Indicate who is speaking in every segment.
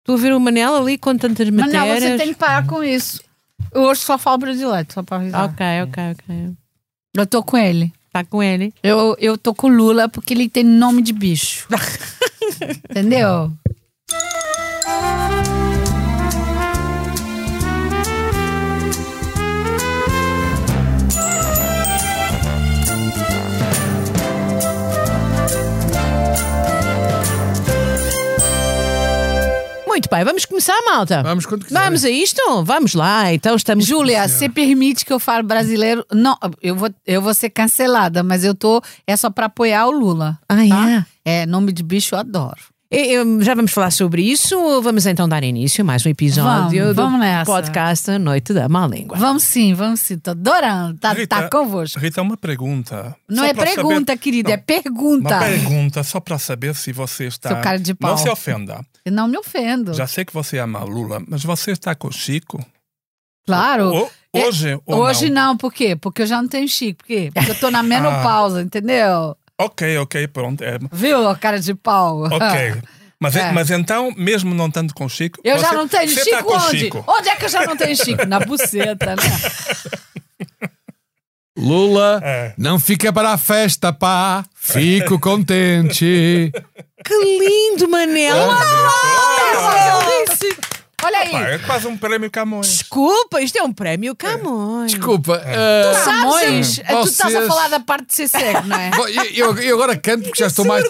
Speaker 1: Estou a ver o Manel ali com tantas
Speaker 2: Mas não,
Speaker 1: matérias.
Speaker 2: você tem que parar com isso. Eu hoje só falo brasileiro, só pra avisar.
Speaker 1: Ah, Ok, ok, ok.
Speaker 2: Ah, Eu tô com ele.
Speaker 1: Está com ele.
Speaker 2: Eu, eu tô com o Lula porque ele tem nome de bicho. Entendeu?
Speaker 1: Muito bem, vamos começar, malta.
Speaker 3: Vamos quando quiser.
Speaker 1: Vamos a isto? Vamos lá, então estamos.
Speaker 2: Júlia, você permite que eu fale brasileiro? Não, eu vou, eu vou ser cancelada, mas eu tô. É só pra apoiar o Lula.
Speaker 1: Ah,
Speaker 2: tá? é? nome de bicho eu adoro.
Speaker 1: E, eh, Já vamos falar sobre isso ou vamos então dar início a mais um episódio
Speaker 2: Vamos,
Speaker 1: do
Speaker 2: vamos nessa.
Speaker 1: podcast A Noite da Má Língua?
Speaker 2: Vamos sim, vamos sim. Tô adorando. Tá, tá convosco.
Speaker 3: Rita, uma pergunta.
Speaker 2: Não
Speaker 3: Só
Speaker 2: é
Speaker 3: pra saber-
Speaker 2: pergunta, querida, é
Speaker 3: Não,
Speaker 2: pergunta.
Speaker 3: Uma pergunta só pra saber se você está.
Speaker 2: Seu cara de pau.
Speaker 3: Não se ofenda.
Speaker 2: Eu Não me ofendo.
Speaker 3: Já sei que você ama Lula, mas você está com o Chico?
Speaker 2: claro.
Speaker 3: O- hoje ou
Speaker 2: é, Hoje
Speaker 3: não?
Speaker 2: não. por quê? Porque eu já não tenho chique. Por quê? Porque eu tô na menopausa,
Speaker 3: Ah.
Speaker 2: entendeu?
Speaker 3: Ok, ok, pronto. é,
Speaker 2: Viu a cara de pau?
Speaker 3: ok. Mas,
Speaker 2: Ah. É.
Speaker 3: mas então, mesmo não estando com o Chico.
Speaker 2: Eu já
Speaker 3: você-
Speaker 2: não tenho
Speaker 3: você
Speaker 2: chique
Speaker 3: tá com o
Speaker 2: onde?
Speaker 3: Chico.
Speaker 2: Onde é que eu já não tenho chique? Na buceta, né?
Speaker 4: Lula,
Speaker 3: É.
Speaker 4: não fica para a festa, pá. Fico contente.
Speaker 1: Que lindo, Manel!
Speaker 2: Olha aí.
Speaker 3: Pá, é quase um prêmio Camões.
Speaker 1: Desculpa, isto é um prémio Camões.
Speaker 4: Desculpa.
Speaker 3: É.
Speaker 4: eh,
Speaker 2: Sabes,
Speaker 4: Vocês-
Speaker 2: é, tu estás a falar da parte de ser cego, não é?
Speaker 4: bom, eu, eu agora canto porque já estou mais.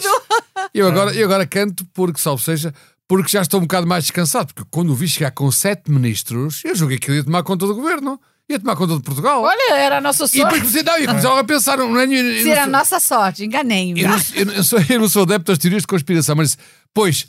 Speaker 4: Eu agora,
Speaker 3: É.
Speaker 4: eu agora canto porque, salvo seja, porque já estou um bocado mais descansado. Porque quando o vi chegar com sete ministros, eu julguei que ele ia tomar conta do governo, ia tomar conta de Portugal.
Speaker 2: Olha, era a nossa
Speaker 4: e depois
Speaker 2: sorte.
Speaker 4: comecei, não, eu comecei logo a pensar, não é? eu- eu
Speaker 2: Ser a
Speaker 4: não sou-
Speaker 2: nossa sorte, enganei-me. Ah,
Speaker 4: Eu não sou- eu não sou- eu não sou adepto às teorias de conspiração, mas, pois,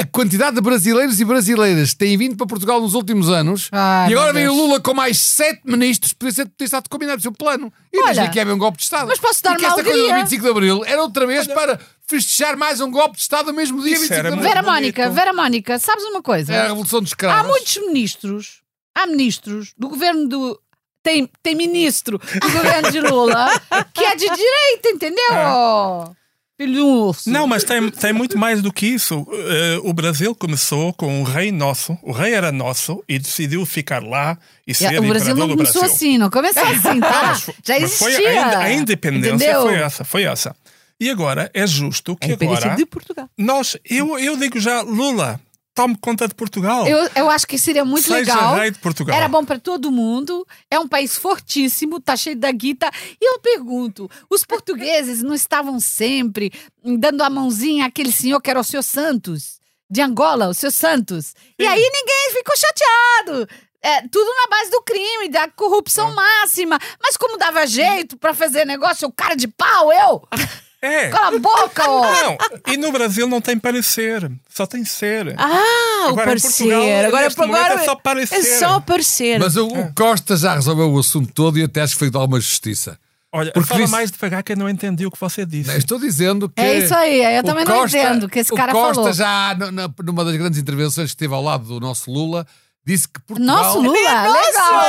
Speaker 4: a quantidade de brasileiros e brasileiras que têm vindo para Portugal nos últimos anos
Speaker 2: Ai,
Speaker 4: e agora
Speaker 2: meu
Speaker 4: vem o
Speaker 2: Deus.
Speaker 4: Lula com mais sete ministros, podia ser podia estar combinado o seu plano. E
Speaker 2: Olha,
Speaker 4: desde que havia um golpe de Estado.
Speaker 2: mas posso dar
Speaker 4: Porque
Speaker 2: uma
Speaker 4: esta coisa do
Speaker 2: alegria.
Speaker 4: 25 de Abril era outra vez para festejar mais um golpe de Estado no mesmo dia
Speaker 3: Isso
Speaker 4: 25 de
Speaker 3: era
Speaker 4: Abril.
Speaker 2: Vera
Speaker 3: Muito
Speaker 2: Mónica,
Speaker 3: bonito.
Speaker 2: Vera Mónica, sabes uma coisa?
Speaker 4: É a Revolução
Speaker 2: Há
Speaker 4: dos Escravos.
Speaker 2: muitos ministros, há ministros do governo do. Tem, tem ministro do governo de Lula que é de direita, entendeu? Filho de um urso.
Speaker 3: É. Não, mas tem, tem muito mais do que isso. Eh, o Brasil começou com um rei nosso, o rei era nosso e decidiu ficar lá e ser
Speaker 2: É, o Brasil não
Speaker 3: imperador do
Speaker 2: começou
Speaker 3: Brasil.
Speaker 2: assim, não começou assim,
Speaker 3: Ah,
Speaker 2: tá?
Speaker 3: mas fo-
Speaker 2: Já
Speaker 3: mas foi
Speaker 2: existia.
Speaker 3: a, in- a independência
Speaker 2: entendeu?
Speaker 3: foi essa, foi essa. E agora é justo
Speaker 1: A
Speaker 3: que
Speaker 1: independência
Speaker 3: agora
Speaker 1: um de Portugal.
Speaker 3: nós, eu, eu digo já, Lula, tome conta de Portugal.
Speaker 2: Eu, eu acho que seria muito
Speaker 3: Seja
Speaker 2: legal.
Speaker 3: rei de Portugal.
Speaker 2: Era bom pra todo mundo. É um país fortíssimo, tá cheio da guita. E eu pergunto, os portugueses não estavam sempre dando a mãozinha àquele senhor que era o senhor Santos, de Angola, o senhor Santos. E
Speaker 3: Sim.
Speaker 2: aí ninguém ficou chateado. É, tudo na base do crime, da corrupção
Speaker 3: É.
Speaker 2: máxima. Mas como dava jeito pra fazer negócio, o cara de pau, eu?
Speaker 3: É.
Speaker 2: Cala a boca, ó!
Speaker 3: Não, e no Brasil não tem parecer, só tem ser.
Speaker 1: Ah, o
Speaker 3: Agora, em
Speaker 1: parecer.
Speaker 3: Portugal,
Speaker 1: agora,
Speaker 3: neste momento,
Speaker 1: agora
Speaker 3: é só parecer.
Speaker 1: É só parecer.
Speaker 4: Mas o,
Speaker 3: É.
Speaker 4: o Costa já resolveu o assunto todo e até acho que foi de alguma justiça.
Speaker 3: Olha,
Speaker 4: Porque
Speaker 3: fala
Speaker 4: disse-
Speaker 3: mais devagar que eu não entendi o que você disse.
Speaker 4: Não, Estou dizendo que.
Speaker 2: É isso aí, eu
Speaker 4: o
Speaker 2: também não entendo o que esse
Speaker 4: o
Speaker 2: cara
Speaker 4: Costa
Speaker 2: falou.
Speaker 4: já, no- na- numa das grandes intervenções que teve ao lado do nosso Lula, disse que Portugal.
Speaker 2: Nosso Lula, legal!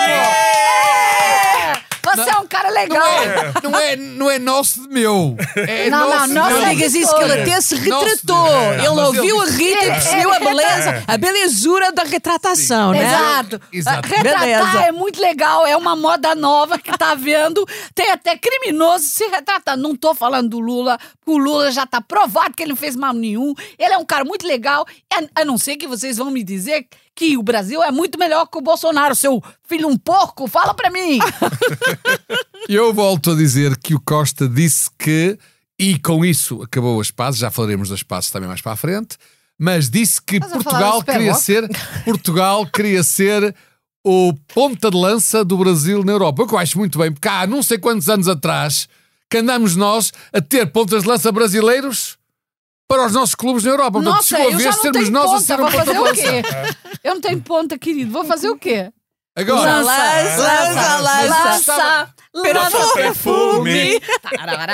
Speaker 2: Você é um cara
Speaker 4: Não
Speaker 2: legal!
Speaker 4: é, não, é, não é nosso de meu. É
Speaker 2: Não, não,
Speaker 4: nosso de
Speaker 2: nosso
Speaker 4: meu.
Speaker 1: Não digas isso, que ele até se
Speaker 4: Nossa,
Speaker 1: retratou.
Speaker 4: é.
Speaker 1: Ele
Speaker 4: Mas ele
Speaker 1: ouviu a
Speaker 4: disse-
Speaker 1: Rita e percebeu a beleza, a belezura da retratação, né?
Speaker 2: Exato.
Speaker 4: Exato.
Speaker 2: Retratar
Speaker 1: Beleza.
Speaker 2: é muito legal, é uma moda nova que tá vendo. Tem até criminoso se retratando. Não tô falando do Lula, porque o Lula já tá provado que ele não fez mal nenhum. Ele é um cara muito legal, a- a não ser que vocês vão me dizer que o Brasil é muito melhor que o Bolsonaro, seu filho um porco. Fala pra mim!
Speaker 4: Eu volto a dizer que o Costa disse que, e com isso acabou as pazes, já falaremos das pazes também mais para a frente, mas disse que
Speaker 2: Estás a falar
Speaker 4: Portugal
Speaker 2: do Super
Speaker 4: queria
Speaker 2: Bowl?
Speaker 4: ser Portugal queria ser o ponta de lança do Brasil na Europa. O que eu acho muito bem, porque há não sei quantos anos atrás que andamos nós a ter pontas de lança brasileiros para os nossos clubes na Europa. Portanto,
Speaker 2: Nossa,
Speaker 4: chegou
Speaker 2: eu
Speaker 4: a
Speaker 2: já
Speaker 4: vez
Speaker 2: não
Speaker 4: sermos
Speaker 2: tenho
Speaker 4: nós a
Speaker 2: ponta,
Speaker 4: ser
Speaker 2: vou
Speaker 4: um ponta
Speaker 2: fazer
Speaker 4: de
Speaker 2: o
Speaker 4: lança.
Speaker 2: quê? Eu não tenho ponta, querido, vou fazer o quê?
Speaker 4: Agora,
Speaker 1: Lança, lança, lança.
Speaker 2: lança, Lança
Speaker 3: perfume.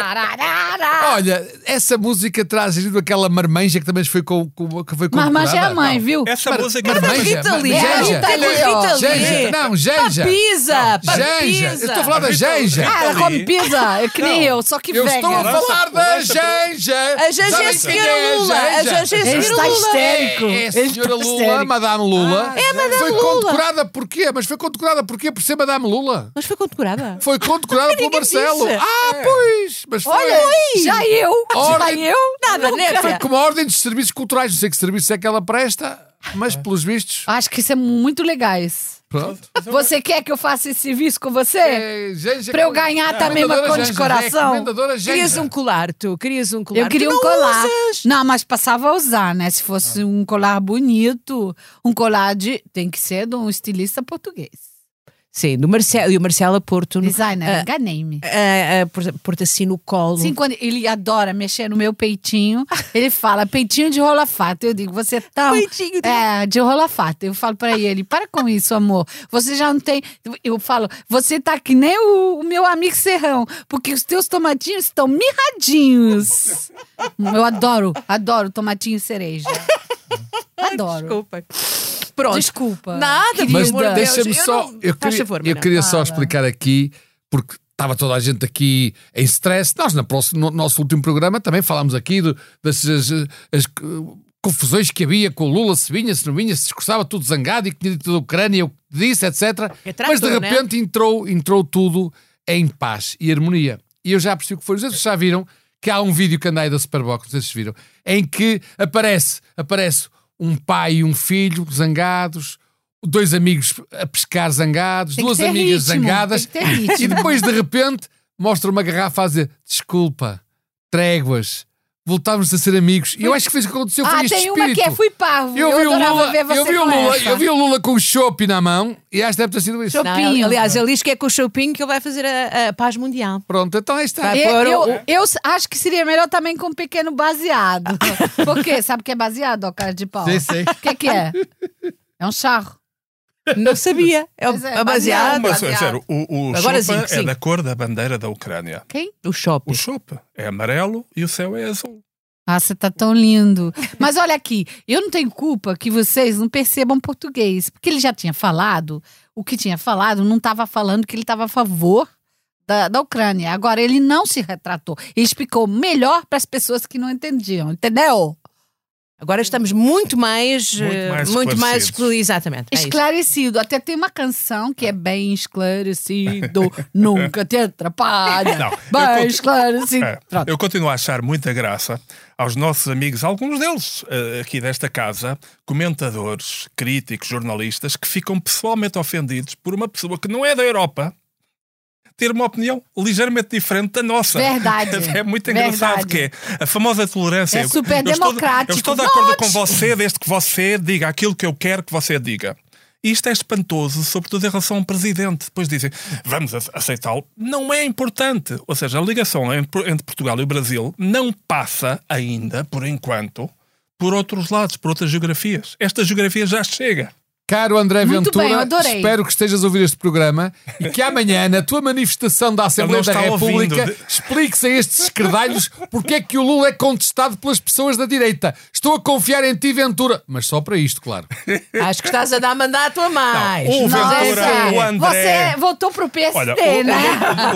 Speaker 2: Tarararararara.
Speaker 4: Olha, essa música traz junto aquela marmanja que também foi com, com- que foi
Speaker 2: Mas, mas é a
Speaker 4: condecorada,
Speaker 2: mãe,
Speaker 4: não.
Speaker 2: viu?
Speaker 3: Essa música
Speaker 4: mas-
Speaker 3: foi-
Speaker 1: Rita Lee,
Speaker 2: É a
Speaker 1: Rita
Speaker 2: Rita
Speaker 1: Lee,
Speaker 2: Lee,
Speaker 1: Rita
Speaker 2: ó.
Speaker 1: Lee. Tá
Speaker 4: Janja, não, Janja.
Speaker 1: Papisa,
Speaker 4: Janja. Eu
Speaker 1: papisa.
Speaker 4: estou a falar da
Speaker 3: Rita-
Speaker 4: Janja.
Speaker 2: Ah, ela
Speaker 3: Ali.
Speaker 2: come pizza, é que nem
Speaker 3: Não.
Speaker 2: eu, só que né?
Speaker 4: Eu
Speaker 2: velha.
Speaker 4: estou a
Speaker 3: Lança-
Speaker 4: falar da
Speaker 3: lança-
Speaker 4: Janja.
Speaker 1: A Janja é a senhora Lula. A Janja é a
Speaker 2: Ele
Speaker 1: senhora
Speaker 2: está
Speaker 1: Lula.
Speaker 2: histérico.
Speaker 4: É, a
Speaker 2: Ele
Speaker 4: senhora
Speaker 2: está
Speaker 4: Lula,
Speaker 2: histérico.
Speaker 4: Madame Lula.
Speaker 1: Ah, é a Madame
Speaker 4: foi
Speaker 1: Lula.
Speaker 4: condecorada porquê? Mas foi condecorada porquê por ser Madame Lula?
Speaker 1: Mas foi condecorada?
Speaker 4: Foi condecorada pelo
Speaker 1: Ninguém
Speaker 4: Marcelo.
Speaker 1: disse. É.
Speaker 4: Ah, pois. Mas foi.
Speaker 2: Olha, já eu, já
Speaker 4: Ordem-
Speaker 2: eu.
Speaker 1: Nada,
Speaker 4: Foi
Speaker 1: neta.
Speaker 4: como a ordem dos serviços culturais. Não sei que serviço é que ela presta, mas pelos vistos.
Speaker 1: Ah.
Speaker 2: Acho que isso é muito legais.
Speaker 4: Pronto.
Speaker 2: Você quer que eu faça esse serviço com você?
Speaker 4: É, Janja,
Speaker 2: Pra eu ganhar também uma
Speaker 4: Comendadora
Speaker 2: cor de
Speaker 4: Janja, É,
Speaker 2: coração?
Speaker 4: comendadora
Speaker 1: Querias
Speaker 4: Janja.
Speaker 1: um colar, tu. Querias um colar.
Speaker 2: Eu queria
Speaker 1: Tu
Speaker 2: um
Speaker 1: não
Speaker 2: colar.
Speaker 1: usas.
Speaker 2: Não, mas passava a usar, né? Se fosse um colar bonito, um colar de. Tem que ser de um estilista português.
Speaker 1: Sim, do Marcelo, e o Marcelo Porto no-
Speaker 2: Designer,
Speaker 1: Ah.
Speaker 2: enganei-me.
Speaker 1: ah, ah, por- porta assim no colo.
Speaker 2: Sim, quando ele adora mexer no meu peitinho, ele fala peitinho de rola fato. Eu digo, você é tão.
Speaker 1: Peitinho de-
Speaker 2: É, de rola fato. Eu falo pra ele, para com isso, amor. Você já não tem. Eu falo, você tá que nem o, o meu amigo Serrão, porque os teus tomatinhos estão mirradinhos. Eu adoro, adoro tomatinho cereja. Adoro.
Speaker 1: Desculpa. Pronto.
Speaker 2: Desculpa.
Speaker 1: Nada,
Speaker 2: Querida.
Speaker 4: Mas
Speaker 1: Pelo amor de
Speaker 4: deixa-me
Speaker 1: Deus, eu
Speaker 4: só.
Speaker 1: não-
Speaker 4: Eu
Speaker 1: Faz
Speaker 4: queria,
Speaker 1: favor,
Speaker 4: eu
Speaker 1: Manel.
Speaker 4: queria só
Speaker 2: Fala.
Speaker 4: explicar aqui, porque estava toda a gente aqui em stress. Nós, na próxima, no nosso último programa, também falámos aqui do- das as- as, uh, confusões que havia com o Lula, se vinha, se não vinha, se discursava tudo zangado e que tinha dito da Ucrânia, o que disse, etc.
Speaker 1: Retratou,
Speaker 4: Mas de
Speaker 1: né?
Speaker 4: repente entrou, entrou tudo em paz e harmonia. E eu já percebi o que foi. Não sei se Vocês já viram que há um vídeo que anda aí da Superbox, não sei se vocês viram, em que aparece, aparece um pai e um filho zangados, dois amigos a pescar zangados,
Speaker 2: Tem que
Speaker 4: duas
Speaker 2: ter
Speaker 4: amigas
Speaker 2: ritmo,
Speaker 4: zangadas,
Speaker 2: tem que ter ritmo.
Speaker 4: e depois de repente mostra uma garrafa a dizer desculpa, tréguas, voltámos a ser amigos. E eu acho que foi o que aconteceu foi
Speaker 2: Ah,
Speaker 4: este
Speaker 2: tem uma
Speaker 4: um
Speaker 2: que
Speaker 4: espírito.
Speaker 2: é fui parvo.
Speaker 4: Eu, vi o
Speaker 2: adorava
Speaker 4: Lula,
Speaker 2: ver você
Speaker 4: eu, vi o
Speaker 2: com
Speaker 4: Lula,
Speaker 2: essa.
Speaker 4: eu vi o Lula com o chopp na mão e acho que deve ter sido isso.
Speaker 2: Chopp.
Speaker 1: Não,
Speaker 2: Chopinho.
Speaker 1: aliás, ele diz que é com o Chopinho que ele vai fazer a, a paz mundial.
Speaker 4: Pronto, então aí está.
Speaker 1: Vai
Speaker 2: É, Eu,
Speaker 1: pôr o-
Speaker 2: eu- eu s- acho que seria melhor também com um pequeno baseado. Por quê? Sabe o que é baseado, ó, cara de pau?
Speaker 4: Sim, sim.
Speaker 2: O que, que é? É um charro.
Speaker 1: Não sabia. É, o-
Speaker 2: Pois é,
Speaker 1: é baseado.
Speaker 2: baseado.
Speaker 3: Mas, é sério, o, o
Speaker 1: Agora
Speaker 3: Chopa
Speaker 1: sim, sim.
Speaker 3: é da cor da bandeira da Ucrânia.
Speaker 2: Quem?
Speaker 1: O shopping.
Speaker 3: O Chopa é amarelo e o céu é azul.
Speaker 2: Ah, você tá tão lindo. Mas olha aqui, eu não tenho culpa que vocês não percebam português. Porque ele já tinha falado, o que tinha falado, não estava falando que ele estava a favor da, da Ucrânia. Agora, ele não se retratou. Ele explicou melhor para as pessoas que não entendiam, entendeu?
Speaker 1: Agora estamos muito mais.
Speaker 3: Muito
Speaker 1: eh,
Speaker 3: mais
Speaker 1: muito mais
Speaker 3: esclarecidos.
Speaker 1: exclu- Exatamente. é isso.
Speaker 2: Esclarecido. Até tem uma canção que é bem esclarecido, nunca te atrapalha.
Speaker 3: Não, eu
Speaker 2: bem
Speaker 3: conto-
Speaker 2: esclarecido.
Speaker 3: É,
Speaker 2: Pronto.
Speaker 3: eu continuo a achar muita graça aos nossos amigos, alguns deles eh, aqui desta casa, comentadores, críticos, jornalistas, que ficam pessoalmente ofendidos por uma pessoa que não é da Europa ter uma opinião ligeiramente diferente da nossa.
Speaker 2: Verdade.
Speaker 3: É muito engraçado
Speaker 2: Verdade.
Speaker 3: que é a famosa tolerância.
Speaker 2: É
Speaker 3: Eu-
Speaker 2: super
Speaker 3: eu estou-
Speaker 2: democrático.
Speaker 3: Eu estou de acordo com
Speaker 2: Nós!
Speaker 3: você desde que você diga aquilo que eu quero que você diga. Isto é espantoso, sobretudo em relação ao presidente. Depois dizem, vamos ace- aceitá-lo. Não é importante. Ou seja, a ligação en- entre Portugal e o Brasil não passa ainda, por enquanto, por outros lados, por outras geografias. Esta geografia já chega.
Speaker 4: Caro André
Speaker 2: Muito
Speaker 4: Ventura,
Speaker 2: bem, eu adorei.
Speaker 4: espero que estejas a ouvir este programa e que amanhã, na tua manifestação da Assembleia
Speaker 3: Ele não
Speaker 4: da
Speaker 3: está
Speaker 4: República,
Speaker 3: ouvindo.
Speaker 4: expliques a estes escredalhos porque é que o Lula é contestado pelas pessoas da direita. Estou a confiar em ti, Ventura, mas só para isto, claro.
Speaker 1: Acho que estás a dar mandato a mais.
Speaker 3: Não, o
Speaker 1: Mas
Speaker 3: Ventura-
Speaker 1: é sério.
Speaker 3: o André.
Speaker 2: Você é, voltou pro PSD,
Speaker 3: Olha,
Speaker 2: né?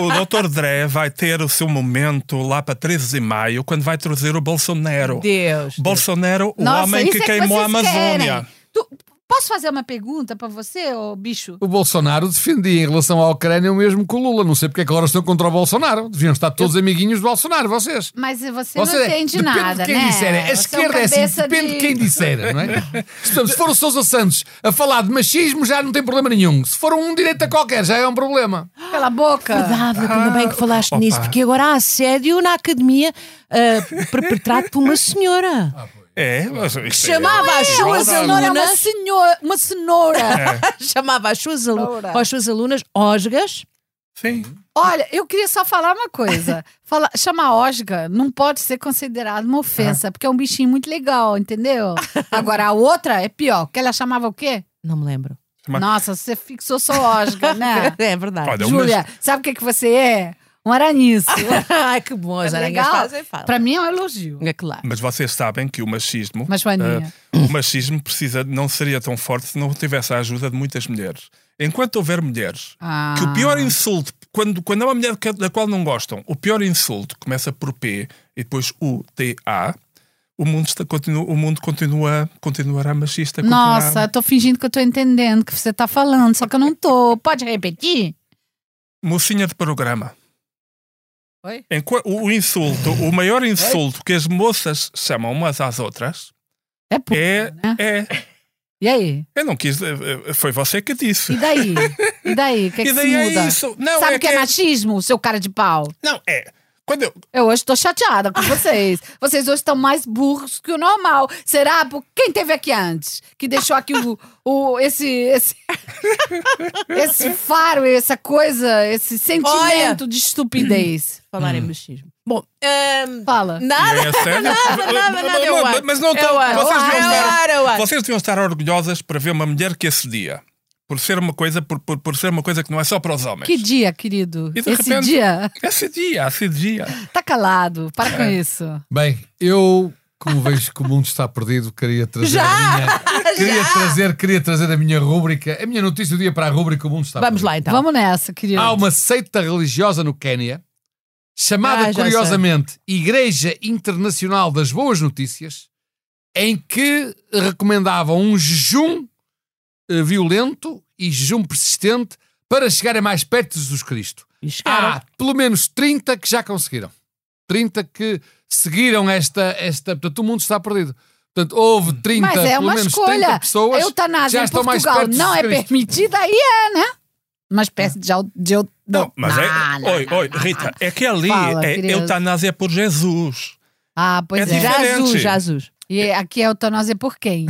Speaker 3: o, o, o Dr. Dré vai ter o seu momento lá para 13 de maio, quando vai trazer o Bolsonaro.
Speaker 1: Deus.
Speaker 3: Bolsonaro, o
Speaker 2: Nossa,
Speaker 3: homem
Speaker 2: isso
Speaker 3: que
Speaker 2: é
Speaker 3: queimou a
Speaker 2: vocês
Speaker 3: Amazônia.
Speaker 2: querem. Tu- posso fazer uma pergunta pra você, ô bicho?
Speaker 4: O Bolsonaro defendia em relação à Ucrânia o mesmo que o Lula. Não sei porque é que agora estão contra o Bolsonaro. Deviam estar todos amiguinhos do Bolsonaro, vocês.
Speaker 2: Mas você,
Speaker 4: Você- é-
Speaker 2: não entende
Speaker 4: depende
Speaker 2: nada,
Speaker 4: de quem
Speaker 2: né?
Speaker 4: disser. A
Speaker 2: Você é um
Speaker 4: esquerda é assim,
Speaker 2: cabeça
Speaker 4: depende de quem disser, não é? Portanto, se for o Sousa Santos a falar de machismo, já não tem problema nenhum. Se for um direita qualquer, já é um problema.
Speaker 2: Pela boca.
Speaker 1: Dava, ainda bem que falaste
Speaker 3: opa.
Speaker 1: nisso, porque agora há assédio na academia ah, perpetrado por uma senhora.
Speaker 3: É, mas isto é-
Speaker 1: Chamava as suas
Speaker 3: Igualdade.
Speaker 2: Senhora é uma
Speaker 1: alunas.
Speaker 2: senhora, uma cenoura.
Speaker 3: É.
Speaker 1: Chamava as suas, alu-
Speaker 2: Loura.
Speaker 1: as suas alunas osgas.
Speaker 3: Sim.
Speaker 2: Olha, eu queria só falar uma coisa. Fala, chamar Osga não pode ser considerado uma
Speaker 3: Ah.
Speaker 2: ofensa, porque é um bichinho muito legal, entendeu? Agora, a outra é pior, que ela chamava o quê?
Speaker 1: Não me lembro.
Speaker 3: Mas-
Speaker 2: Nossa, você fixou sua osga, né?
Speaker 1: É verdade.
Speaker 3: Olha, umas-
Speaker 2: Júlia, sabe o que, que você é? Um araniço.
Speaker 1: Ai, que bom, as
Speaker 2: É
Speaker 1: aranhas
Speaker 2: legal.
Speaker 1: fazem
Speaker 3: Ah.
Speaker 1: fala.
Speaker 2: Pra mim é um elogio.
Speaker 1: É claro.
Speaker 3: Mas vocês sabem que o machismo.
Speaker 2: Mas, Joaninha.
Speaker 3: ah, o machismo precisa, não seria tão forte se não tivesse a ajuda de muitas mulheres. Enquanto houver mulheres,
Speaker 2: Ah.
Speaker 3: que o pior insulto, quando, quando é uma mulher que- da qual não gostam, o pior insulto começa por P e depois U, T, A, o mundo, está, continua, o mundo continua, continuará machista. continuará-
Speaker 2: Nossa, eu tô fingindo que eu tô entendendo o que você tá falando, só que eu não tô. Pode repetir?
Speaker 3: Mocinha de programa.
Speaker 2: Oi?
Speaker 3: Enqu- o, o insulto, o maior insulto que as moças chamam umas às outras
Speaker 2: É puta,
Speaker 3: é.
Speaker 2: né?
Speaker 3: é
Speaker 2: E aí?
Speaker 3: eu não quis. eh, eh, Foi você que disse.
Speaker 2: E daí? E daí? O que, é que se
Speaker 3: E daí
Speaker 2: muda?
Speaker 3: é isso. Não,
Speaker 2: Sabe
Speaker 3: é
Speaker 2: o que é machismo, seu cara de pau?
Speaker 3: Não, é. Quando eu,
Speaker 2: Eu hoje tô chateada com vocês. vocês hoje estão mais burros que o normal. Será? Por... Quem teve aqui antes? Que deixou aqui o, o, esse, esse. Esse faro, essa coisa, esse sentimento de estupidez.
Speaker 1: Falar em
Speaker 3: Hum.
Speaker 1: machismo. Bom, ahm,
Speaker 2: Fala.
Speaker 1: nada. É
Speaker 3: É sério?
Speaker 1: Nada, nada, nada, eu
Speaker 3: Mas-
Speaker 1: acho.
Speaker 3: Mas não
Speaker 1: Eu
Speaker 3: estão.
Speaker 1: acho.
Speaker 3: Vocês
Speaker 1: Eu
Speaker 3: deviam
Speaker 1: acho, eu
Speaker 3: estar.
Speaker 1: acho.
Speaker 3: Vocês deviam estar orgulhosas para ver uma mulher que assedia. Por ser uma coisa, por, por, por ser uma coisa que não é só para os homens.
Speaker 2: Que dia, querido?
Speaker 3: E de
Speaker 2: Esse
Speaker 3: repente-
Speaker 2: dia?
Speaker 3: Assedia, assedia.
Speaker 2: Tá calado. Para
Speaker 4: É.
Speaker 2: com isso.
Speaker 4: Bem, eu, como vejo que o mundo está perdido, queria trazer a minha. Queria trazer, queria trazer a minha rúbrica, a minha notícia do dia para a rúbrica O Mundo Está
Speaker 1: Vamos
Speaker 4: Perdido.
Speaker 1: lá então.
Speaker 2: Vamos nessa, querido.
Speaker 4: Há uma seita religiosa no Quénia, chamada
Speaker 1: Ah, já
Speaker 4: curiosamente Igreja Internacional das Boas Notícias, em que recomendavam um jejum eh, violento e jejum persistente para chegarem mais perto de Jesus Cristo.
Speaker 1: E chegaram.
Speaker 3: Ah,
Speaker 4: Há pelo menos 30 que já conseguiram. 30 que seguiram esta. esta portanto, o mundo está perdido. Portanto, houve 30,
Speaker 2: Mas é
Speaker 4: pelo
Speaker 2: uma
Speaker 4: menos 30
Speaker 2: escolha.
Speaker 4: pessoas.
Speaker 2: Eutanásia
Speaker 4: já
Speaker 2: em
Speaker 4: estão mais
Speaker 2: Portugal
Speaker 4: perto de
Speaker 2: não é
Speaker 4: Cristo.
Speaker 2: permitida, aí é, né? Uma espécie de. au- de eu-
Speaker 3: Não, mas é.
Speaker 2: Não, não,
Speaker 3: oi,
Speaker 2: não,
Speaker 3: oi,
Speaker 2: não,
Speaker 3: Rita,
Speaker 2: não.
Speaker 3: é que ali
Speaker 2: Fala,
Speaker 3: é
Speaker 2: querido.
Speaker 3: eutanásia por Jesus.
Speaker 2: Ah, pois
Speaker 3: É
Speaker 2: é.
Speaker 3: diferente.
Speaker 1: Jesus, Jesus.
Speaker 2: E aqui é eutanásia por quem?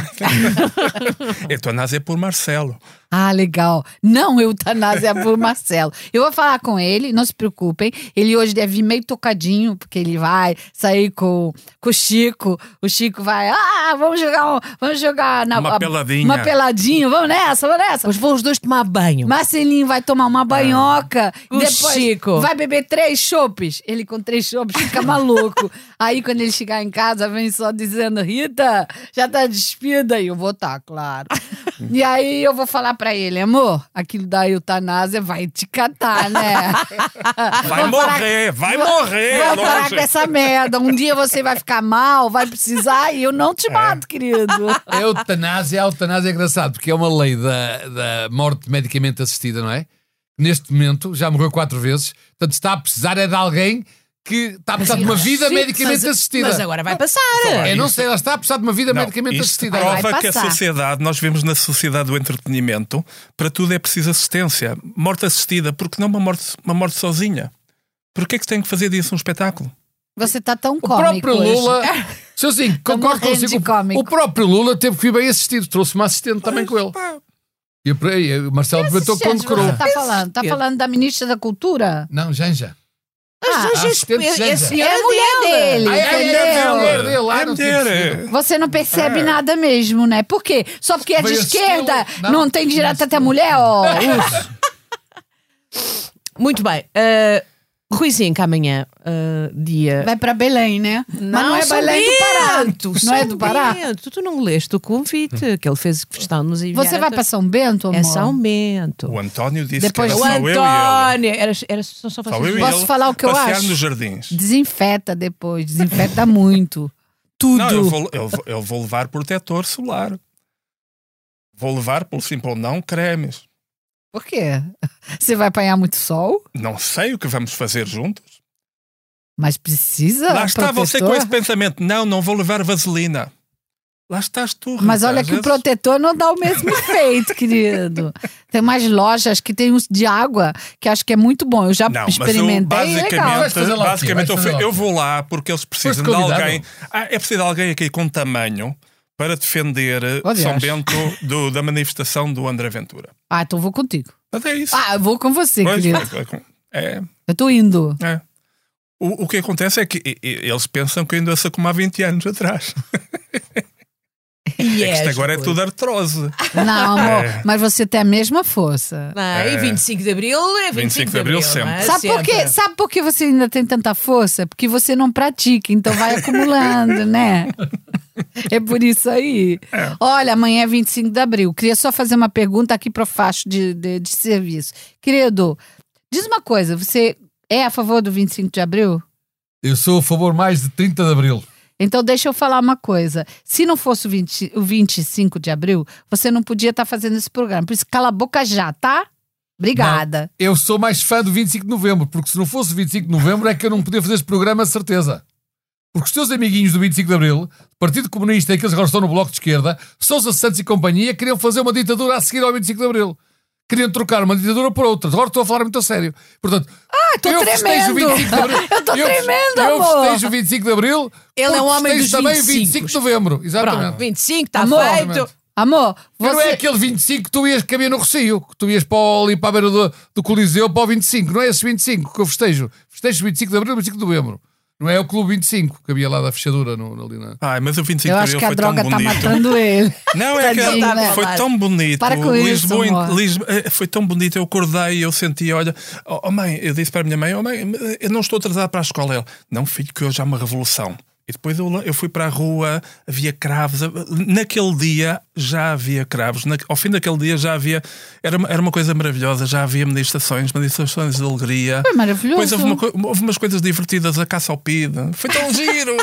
Speaker 3: Eutanásia por Marcelo.
Speaker 2: Ah, legal. Não eutanásia é por Marcelo. Eu vou falar com ele, não se preocupem. Ele hoje deve vir meio tocadinho, porque ele vai sair com, com o Chico. O Chico vai, ah, vamos jogar, um- vamos jogar na,
Speaker 3: Uma peladinha."
Speaker 2: Uma peladinha, vamos nessa, vamos nessa.
Speaker 1: Mas vão os dois tomar banho.
Speaker 2: Marcelinho vai tomar
Speaker 4: Ah.
Speaker 2: uma banhoca.
Speaker 1: O Chico.
Speaker 2: Vai beber três chopes. Ele com três chopes fica maluco. Aí quando ele chegar em casa, vem só dizendo: Rita, já tá despida. E eu vou tá, claro. e aí eu vou falar pra ele: amor, aquilo da eutanásia vai te catar, né?
Speaker 3: Vai
Speaker 2: Vamos parar-
Speaker 3: morrer, vai
Speaker 2: Vamos-
Speaker 3: morrer. é
Speaker 2: Vamos parar
Speaker 3: longe.
Speaker 2: com essa merda. Um dia você vai ficar mal, vai precisar e eu não
Speaker 4: É.
Speaker 2: te mato, querido.
Speaker 4: A eutanásia, a eutanásia é engraçado, porque é uma lei da, da morte medicamente assistida, não é? Neste momento, já morreu quatro vezes, portanto está a precisar é de alguém que está a precisar de uma vida
Speaker 1: Sim,
Speaker 4: medicamente
Speaker 1: mas-
Speaker 4: assistida.
Speaker 1: Mas agora vai passar.
Speaker 3: Então
Speaker 4: Eu não sei, ela está a precisar de uma vida
Speaker 3: Não,
Speaker 4: medicamente
Speaker 3: isto
Speaker 4: assistida.
Speaker 2: Vai
Speaker 3: prova que a
Speaker 2: passar.
Speaker 3: sociedade, nós vivemos na sociedade do entretenimento, para tudo é preciso assistência. Morte assistida, porque não uma morte, uma morte sozinha? Porquê é que tem que fazer disso um espetáculo?
Speaker 2: Você tá tão
Speaker 4: O
Speaker 2: cômico
Speaker 4: próprio
Speaker 2: hoje.
Speaker 4: Lula. Seu Zinho, concordo
Speaker 2: morrendo de
Speaker 4: consigo.
Speaker 2: cómico.
Speaker 4: O próprio Lula teve que vir bem assistido, trouxe uma assistente também com ele. E eu- e o Marcelo Betou
Speaker 2: Gente,
Speaker 4: condecorou.
Speaker 2: Você tá falando? Tá
Speaker 1: Pedro.
Speaker 2: falando da ministra da Cultura?
Speaker 4: Não, Janja.
Speaker 2: Ah,
Speaker 1: Mas, Jesus,
Speaker 4: assistente
Speaker 1: esse-
Speaker 4: Janja.
Speaker 1: esse
Speaker 2: e é
Speaker 1: é
Speaker 2: a mulher dele,
Speaker 4: Ai, ai,
Speaker 2: entendeu?
Speaker 4: ai, ai, ai, ai.
Speaker 3: É
Speaker 4: Lá não tem
Speaker 3: mulher, é.
Speaker 2: Você não percebe nada mesmo, né? Por quê? Só porque é de
Speaker 4: Veio
Speaker 2: esquerda,
Speaker 4: estilo-
Speaker 2: não,
Speaker 4: não,
Speaker 2: tem direito
Speaker 4: veio
Speaker 2: até mulher, ó.
Speaker 1: é- Muito bem. ah, Ruizinho, que amanhã, ah, dia.
Speaker 2: uh, Vai pra Belém, né? Mas não é
Speaker 1: São
Speaker 2: Belém do Pará.
Speaker 1: Bento,
Speaker 2: Não é
Speaker 1: São
Speaker 2: do Pará?
Speaker 1: Bento. Tu não leste o convite que ele fez questão de nos enviar.
Speaker 2: Você vai
Speaker 1: a
Speaker 2: pra São Bento, amor?
Speaker 1: É São Bento.
Speaker 3: O António disse
Speaker 2: Depois-
Speaker 3: que
Speaker 1: O
Speaker 3: era só eu e ele.
Speaker 1: António. Era, era só, só
Speaker 3: Só eu
Speaker 1: vocês
Speaker 3: e
Speaker 1: dois.
Speaker 2: Posso
Speaker 3: ele
Speaker 2: falar o que eu
Speaker 3: passear
Speaker 2: acho?
Speaker 3: nos jardins.
Speaker 2: Desinfeta depois, desinfeta muito. Tudo.
Speaker 3: Não, eu vou, eu, vou- eu vou levar protetor solar. Vou levar, pelo simples ou não, cremes.
Speaker 2: Por quê? Você vai apanhar muito sol,
Speaker 3: Não sei o que vamos fazer juntos.
Speaker 2: mas precisa.
Speaker 3: Lá está você
Speaker 2: protetor.
Speaker 3: com esse pensamento. Não, não vou levar vaselina. Lá estás tu,
Speaker 2: Mas
Speaker 3: Rita,
Speaker 2: olha
Speaker 3: às
Speaker 2: que o
Speaker 3: vezes-
Speaker 2: protetor não dá o mesmo efeito, querido. Tem umas lojas que tem uns de água que acho que é muito bom. Eu já
Speaker 3: Não,
Speaker 2: experimentei e é
Speaker 3: mas eu,
Speaker 2: legal.
Speaker 4: Vais
Speaker 3: basicamente,
Speaker 4: fazer lá o quê?
Speaker 3: basicamente eu,
Speaker 4: Vais fazer lá o
Speaker 3: fui-
Speaker 4: quê?
Speaker 3: eu vou lá porque eles
Speaker 4: Foste
Speaker 3: precisam de
Speaker 4: convidado?
Speaker 3: alguém. Ah, é preciso de alguém aqui com tamanho para defender eh,
Speaker 2: Oh, Deus.
Speaker 3: São Bento do- da manifestação do André Ventura.
Speaker 2: Ah, então vou contigo.
Speaker 3: Mas é isso.
Speaker 2: Ah, eu vou com você,
Speaker 3: Pois,
Speaker 2: querido.
Speaker 3: é,
Speaker 2: Eu tô indo.
Speaker 3: é. O, o que acontece é que e- e- eles pensam que eu ainda sou como há 20 anos atrás.
Speaker 2: E
Speaker 3: Isto
Speaker 2: és,
Speaker 3: agora é
Speaker 2: pois.
Speaker 3: tudo artrose.
Speaker 2: Não, amor,
Speaker 3: É.
Speaker 2: mas você tem a mesma força.
Speaker 1: Não, E 25 de Abril é 25,
Speaker 3: 25 de Abril sempre.
Speaker 1: não é?
Speaker 2: Sabe por, quê?
Speaker 1: Sempre.
Speaker 2: Sabe por que você ainda tem tanta força? Porque você não pratica, então vai acumulando, né? É por isso aí. Olha, amanhã é 25 de abril. Queria só fazer uma pergunta aqui pro facho de, de, de serviço. Querido, diz uma coisa, você é a favor do 25 de abril?
Speaker 4: Eu sou a favor mais de 30 de Abril.
Speaker 2: Então deixa eu falar uma coisa. Se não fosse o, 20 o 25 de abril, você não podia estar fazendo esse programa. Por isso, cala a boca já, tá? Obrigada.
Speaker 4: Eu sou mais fã do 25 de Novembro, porque se não fosse o 25 de Novembro é que eu não podia fazer este programa, de certeza. Porque os teus amiguinhos do 25 de Abril, Partido Comunista e aqueles que agora estão no Bloco de Esquerda, Sousa Santos e companhia, queriam fazer uma ditadura a seguir ao 25 de Abril. Queriam trocar uma ditadura por outra. Agora estou a falar muito a sério. Portanto, ah,
Speaker 2: tô tremendo. Eu tô tremendo,
Speaker 4: eu
Speaker 2: amor.
Speaker 4: festejo o 25 de Abril.
Speaker 1: Ele é
Speaker 4: porque
Speaker 1: um homem
Speaker 4: festejo
Speaker 1: dos
Speaker 4: também o
Speaker 1: 25.
Speaker 4: 25 de Novembro. Exatamente.
Speaker 1: Pronto, 25, está
Speaker 2: Amor.
Speaker 1: tá feito.
Speaker 2: Amor, você.
Speaker 4: Não é aquele 25 que tu ias que havia no Recio, que tu ias para o, ali para a beira do, do Coliseu para o 25. Não é esse 25 que eu festejo. Festejo 25 de abril e 25 de novembro. Não é o Clube 25 que havia lá da fechadura no, ali na.
Speaker 3: Ai, mas o 25
Speaker 2: Eu
Speaker 3: de
Speaker 2: acho
Speaker 3: Abril
Speaker 2: que a
Speaker 3: foi tão
Speaker 2: droga tá
Speaker 3: bonito.
Speaker 2: matando ele.
Speaker 3: Não, é que
Speaker 2: Tadinho, né?
Speaker 3: foi tão bonito.
Speaker 2: Para com isso,
Speaker 3: Lisboa,
Speaker 2: amor.
Speaker 3: Lis- eh, foi tão bonito. Eu acordei, eu senti, olha, oh, oh, mãe, eu disse para a minha mãe, oh, mãe, eu não estou atrasada para a escola. Ela, não, filho, que hoje há uma revolução. E depois eu, eu fui para a rua, havia cravos. Naquele dia já havia cravos. Na- ao fim daquele dia já havia. Era, uma- era uma coisa maravilhosa, já havia manifestações, manifestações de alegria.
Speaker 2: Foi maravilhoso.
Speaker 3: Depois houve, uma co- houve umas coisas divertidas, a caça ao PID. Foi tão giro.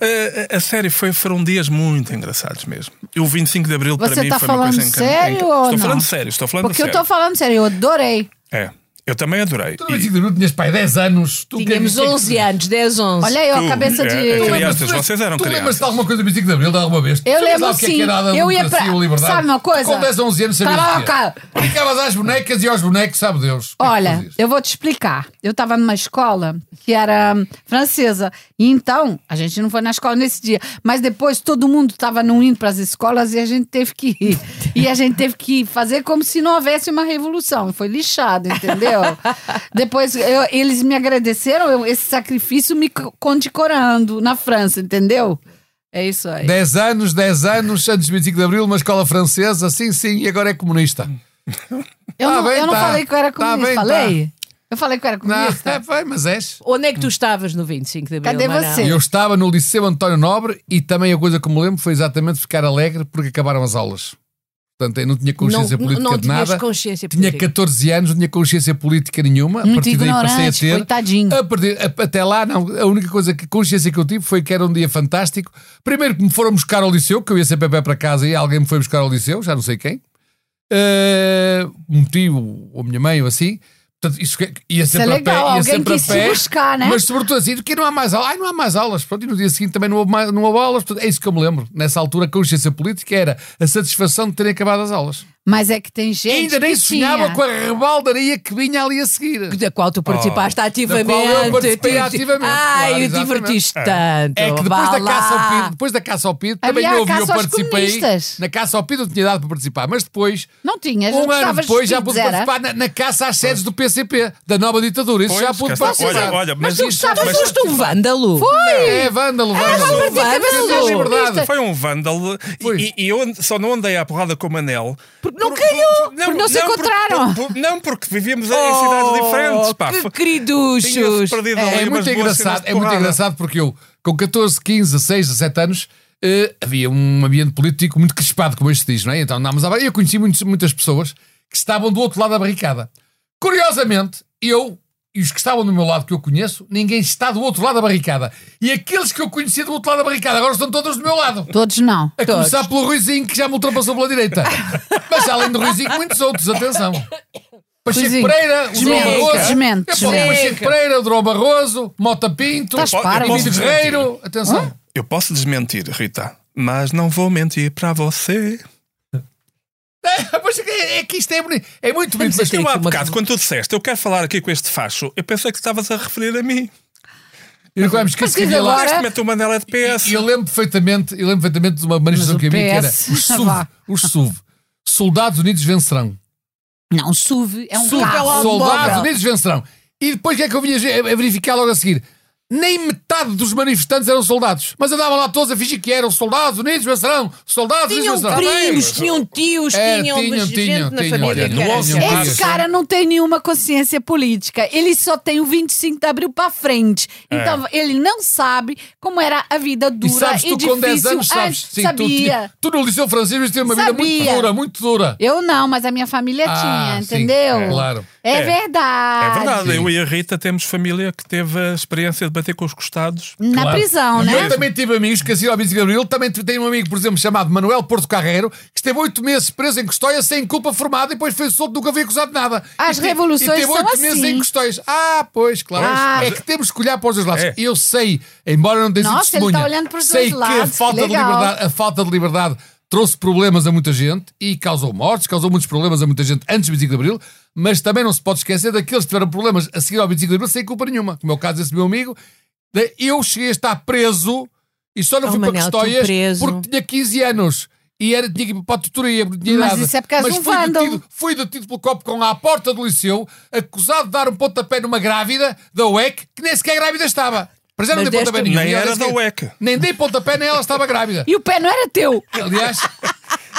Speaker 3: Eh, a, a sério, foi, foram dias muito engraçados mesmo. E o 25 de Abril
Speaker 2: Você
Speaker 3: para mim
Speaker 2: tá
Speaker 3: foi uma
Speaker 2: falando
Speaker 3: coisa encan-
Speaker 2: sério
Speaker 3: encan-
Speaker 2: ou
Speaker 3: Estou
Speaker 2: não?
Speaker 3: falando sério, estou falando
Speaker 2: Porque eu
Speaker 3: sério.
Speaker 2: tô falando sério, eu adorei.
Speaker 3: É, eu também adorei.
Speaker 4: Tu no
Speaker 3: E-
Speaker 4: 25 de abril tinhas pai 10 anos.
Speaker 3: é
Speaker 4: Tu é
Speaker 1: Tínhamos 11 anos, 10, 11.
Speaker 2: Olha aí, ó,
Speaker 3: Tu,
Speaker 2: a cabeça de.
Speaker 3: é, é criança.
Speaker 4: Tu lembras-
Speaker 3: Vocês eram
Speaker 4: tu lembras-te
Speaker 3: crianças.
Speaker 4: de alguma coisa do 25 de abril de alguma vez?
Speaker 2: Eu
Speaker 4: Tu sabias lá
Speaker 2: lembro,
Speaker 4: o que é que
Speaker 2: sim.
Speaker 4: era a
Speaker 2: Eu ia
Speaker 4: democracia,
Speaker 2: pra-
Speaker 4: a liberdade?
Speaker 2: Sabe uma coisa?
Speaker 4: Com 10 ou 11 anos sabias
Speaker 2: Cala
Speaker 4: o que é? era.
Speaker 2: a boca.
Speaker 4: Brincavas às bonecas e aos bonecos, sabe Deus. é
Speaker 2: Olha, eu vou te explicar. Eu estava numa escola que era hum, francesa. E então, a gente não foi na escola nesse dia. Mas depois todo mundo estava não indo para as escolas e a gente teve que ir. E a gente teve que fazer como se não houvesse uma revolução. Foi lixado, entendeu? depois eu- eles me agradeceram eu- esse sacrifício me co- condecorando na França, entendeu? É isso aí.
Speaker 4: 10 anos, 10 anos, antes de 25 de Abril, uma escola francesa, sim, sim, e agora é comunista.
Speaker 2: Eu,
Speaker 4: tá
Speaker 2: não,
Speaker 4: bem,
Speaker 2: eu não
Speaker 4: tá.
Speaker 2: falei que eu era
Speaker 4: Tá
Speaker 2: comunista.
Speaker 4: bem, tá.
Speaker 2: falei? Eu falei que eu era
Speaker 4: Não,
Speaker 2: comunista?
Speaker 4: é, vai, mas és.
Speaker 1: Onde é que tu estavas no 25 de Abril?
Speaker 2: Cadê
Speaker 1: Manel?
Speaker 2: você?
Speaker 4: Eu estava no Liceu António Nobre e também a coisa que me lembro foi exatamente ficar alegre porque acabaram as aulas. Portanto, eu não tinha consciência
Speaker 1: não,
Speaker 4: política
Speaker 1: não
Speaker 4: de
Speaker 1: tinhas
Speaker 4: nada.
Speaker 1: consciência
Speaker 4: Tinha
Speaker 1: política.
Speaker 4: 14 anos, não tinha consciência política nenhuma. a
Speaker 2: Muito
Speaker 4: partir daí passei a
Speaker 2: ignorante,
Speaker 4: ter.
Speaker 2: coitadinho.
Speaker 4: A partir- a- até lá, não. A única coisa que consciência que eu tive foi que era um dia fantástico. Primeiro que me foram buscar ao liceu, que eu ia sempre a pé para casa e alguém me foi buscar ao liceu, já não sei quem. Eh, um tio ou minha mãe ou assim. Portanto, isso que- ia
Speaker 2: Isso é
Speaker 4: sempre a
Speaker 2: legal,
Speaker 4: pé. Ia
Speaker 2: alguém
Speaker 4: sempre
Speaker 2: quis
Speaker 4: a pé.
Speaker 2: se buscar, né?
Speaker 4: Mas sobretudo assim, que não há mais aulas. Ai, não há mais aulas. Pronto, e no dia seguinte também não houve, mais- não houve aulas. Portanto, é isso que eu me lembro. Nessa altura, a consciência política era a satisfação de terem acabado as aulas.
Speaker 2: Mas é que tem gente.
Speaker 4: E ainda nem
Speaker 2: que
Speaker 4: sonhava
Speaker 2: tinha.
Speaker 4: com a rebaldaria que vinha ali a seguir.
Speaker 1: Da qual tu participaste ativamente.
Speaker 4: Da qual eu participei
Speaker 1: Tu- tu-
Speaker 4: ativamente,
Speaker 1: Ai,
Speaker 4: claro,
Speaker 1: eu
Speaker 4: exatamente.
Speaker 1: divertiste tanto.
Speaker 4: É que depois
Speaker 1: Vá
Speaker 4: da, caça ao
Speaker 1: lá.
Speaker 4: Pido, depois da caça ao Pido, também
Speaker 2: Então, Havia a
Speaker 4: houve eu
Speaker 2: caça aos
Speaker 4: participei.
Speaker 2: comunistas.
Speaker 4: Na caça ao Pido eu tinha dado para participar, mas depois,
Speaker 2: Não tinha,
Speaker 4: um ano depois, já pude
Speaker 2: pude era?
Speaker 4: participar na, na caça às sedes do PCP, da nova ditadura. Isso
Speaker 3: Pois,
Speaker 4: já
Speaker 3: cá
Speaker 4: pude
Speaker 3: está.
Speaker 4: participar.
Speaker 3: Olha, olha, mas,
Speaker 2: tu
Speaker 3: isso-
Speaker 2: gostavas
Speaker 1: Tu
Speaker 3: mas-
Speaker 1: foste um vândalo.
Speaker 4: É, vândalo, vândalo.
Speaker 1: mas tinha cabelo
Speaker 4: Defender a
Speaker 1: azul.
Speaker 4: liberdade.
Speaker 3: Foi um vândalo E-
Speaker 4: Foi.
Speaker 3: e, e eu and- só não andei à porrada com o Manel
Speaker 1: Porque não calhou,
Speaker 2: porque não se
Speaker 3: por-
Speaker 2: encontraram.
Speaker 3: por- por- não, porque vivíamos em cidades diferentes pá.
Speaker 1: Que
Speaker 3: Foi-
Speaker 1: queriduchos.
Speaker 3: Tinha-se perdido ali
Speaker 4: É, é
Speaker 3: umas
Speaker 4: muito
Speaker 3: boas cenas
Speaker 4: engraçado,
Speaker 3: de
Speaker 4: é muito
Speaker 3: porrada.
Speaker 4: engraçado porque eu, com 14, 15, 16, 17 anos, eh, havia um ambiente político muito crispado, como este diz, não é? Então andámos à barra- Eu conheci muitos- muitas pessoas que estavam do outro lado da barricada. Curiosamente, eu e os que estavam do meu lado que eu conheço, ninguém está do outro lado da barricada. E aqueles que eu conhecia do outro lado da barricada agora estão todos do meu lado.
Speaker 2: Todos não.
Speaker 4: A começar pelo Ruizinho, que já me ultrapassou pela direita. Mas além do Ruizinho, muitos outros, atenção. Pacheco
Speaker 2: Ruizinho,
Speaker 4: Pereira, o Dom
Speaker 2: desmente,
Speaker 4: Barroso.
Speaker 2: desmente,
Speaker 4: É, pá, o
Speaker 2: desmente.
Speaker 4: Pacheco Pereira, o Dom Barroso, Mota Pinto,
Speaker 2: Estás parvo.
Speaker 4: Emílio Guerreiro. Atenção.
Speaker 3: Eu posso desmentir, Rita, mas não vou mentir para você.
Speaker 4: É, mas é, é que isto é bonito. É muito bonito. Mas
Speaker 3: Mas tu há
Speaker 1: uma-
Speaker 3: bocado, quando tu disseste, eu quero falar aqui com este facho, eu pensei que estavas a referir a mim.
Speaker 4: eu nunca mais me esqueço que
Speaker 2: Mas diz
Speaker 4: havia lá-
Speaker 2: agora-
Speaker 3: Neste momento o Manel é de PS.
Speaker 4: E eu lembro perfeitamente, eu lembro perfeitamente de uma manifestação
Speaker 2: Mas o
Speaker 4: que havia que era
Speaker 2: PS,
Speaker 4: os SUV,
Speaker 2: vá.
Speaker 4: os SUV. Soldados Unidos vencerão.
Speaker 2: Não, SUV é um
Speaker 1: SUV é
Speaker 2: carro.
Speaker 1: um
Speaker 4: Soldados
Speaker 1: automóvel.
Speaker 4: Unidos vencerão. E depois o que é que eu vinha a verificar logo a seguir? Nem metade dos manifestantes eram soldados. Mas andavam lá todos a fingir que eram soldados unidos, maçarão, soldados unidos,
Speaker 1: Tinham
Speaker 4: maçarão.
Speaker 3: Tá
Speaker 1: primos, tinham tios,
Speaker 4: É,
Speaker 1: tinham,
Speaker 4: tinham,
Speaker 1: gente
Speaker 4: tinham,
Speaker 1: na
Speaker 4: tinham.
Speaker 1: família.
Speaker 3: Olha,
Speaker 1: que
Speaker 3: no
Speaker 1: era
Speaker 3: ócio-
Speaker 1: assim.
Speaker 3: Ah,
Speaker 2: Esse
Speaker 3: sim.
Speaker 2: cara não tem nenhuma consciência política. Ele só tem o 25 de abril pra frente. Então, ele não sabe como era a vida
Speaker 4: É. E
Speaker 2: dura e,
Speaker 4: sabes, tu
Speaker 2: difícil.
Speaker 4: com 10 anos sabes.
Speaker 2: Ah,
Speaker 4: Sim, tu
Speaker 2: sabia.
Speaker 4: tinha- Tu, no Liceu Francês mas tinha uma vida
Speaker 2: Sabia.
Speaker 4: muito dura, muito dura.
Speaker 2: Eu não, mas a minha família
Speaker 4: Ah,
Speaker 2: tinha,
Speaker 4: sim,
Speaker 2: entendeu?
Speaker 4: é, claro.
Speaker 2: É,
Speaker 3: É.
Speaker 2: verdade.
Speaker 3: É verdade,
Speaker 4: sim.
Speaker 3: eu e a Rita temos família que teve a experiência de bater com os costados.
Speaker 2: Na
Speaker 4: Claro.
Speaker 2: prisão,
Speaker 4: E
Speaker 2: né?
Speaker 4: Eu também tive amigos que assim ao 25 de Abril, também t- tenho um amigo, por exemplo, chamado Manuel Porto Carreiro, que esteve oito meses preso em Custóia sem culpa formada e depois foi solto, nunca foi acusado de nada.
Speaker 2: As
Speaker 4: E te-
Speaker 2: revoluções
Speaker 4: E teve
Speaker 2: são
Speaker 4: oito meses
Speaker 2: assim.
Speaker 4: em Custóias. Ah, pois, claro.
Speaker 2: Ah.
Speaker 4: É que temos que olhar para os dois lados.
Speaker 3: É.
Speaker 4: Eu sei, embora não tenha sido
Speaker 2: Nossa, ele
Speaker 4: testemunha,
Speaker 2: está olhando para os dois
Speaker 4: sei que a
Speaker 2: lados,
Speaker 4: falta,
Speaker 2: que
Speaker 4: de
Speaker 2: legal.
Speaker 4: liberdade, a falta de liberdade trouxe problemas a muita gente e causou mortes, causou muitos problemas a muita gente antes do 25 de Abril, mas também não se pode esquecer daqueles que tiveram problemas a seguir ao 25 de Abril sem culpa nenhuma. Como é o caso desse meu amigo, de- eu cheguei a estar preso e só não
Speaker 1: Oh,
Speaker 4: fui para
Speaker 1: Manel, tu
Speaker 4: Custóias
Speaker 1: preso.
Speaker 4: porque tinha 15 anos. E era, tinha que ir para a tutoria, porque não tinha
Speaker 2: Mas
Speaker 4: idade.
Speaker 2: isso é porque és
Speaker 4: Mas
Speaker 2: um
Speaker 4: fui
Speaker 2: vândalo.
Speaker 4: detido, fui detido pelo copo com à porta do liceu, acusado de dar um pontapé numa grávida da UEC, que nem sequer grávida estava. Para já não
Speaker 1: Mas
Speaker 4: dei pontapé
Speaker 1: desta-
Speaker 4: nenhum.
Speaker 3: Nem
Speaker 4: e ela
Speaker 3: era
Speaker 4: disse
Speaker 3: da
Speaker 4: que-
Speaker 3: UEC.
Speaker 4: Nem dei pontapé, nem ela estava grávida.
Speaker 2: E o pé não era teu.
Speaker 4: Aliás,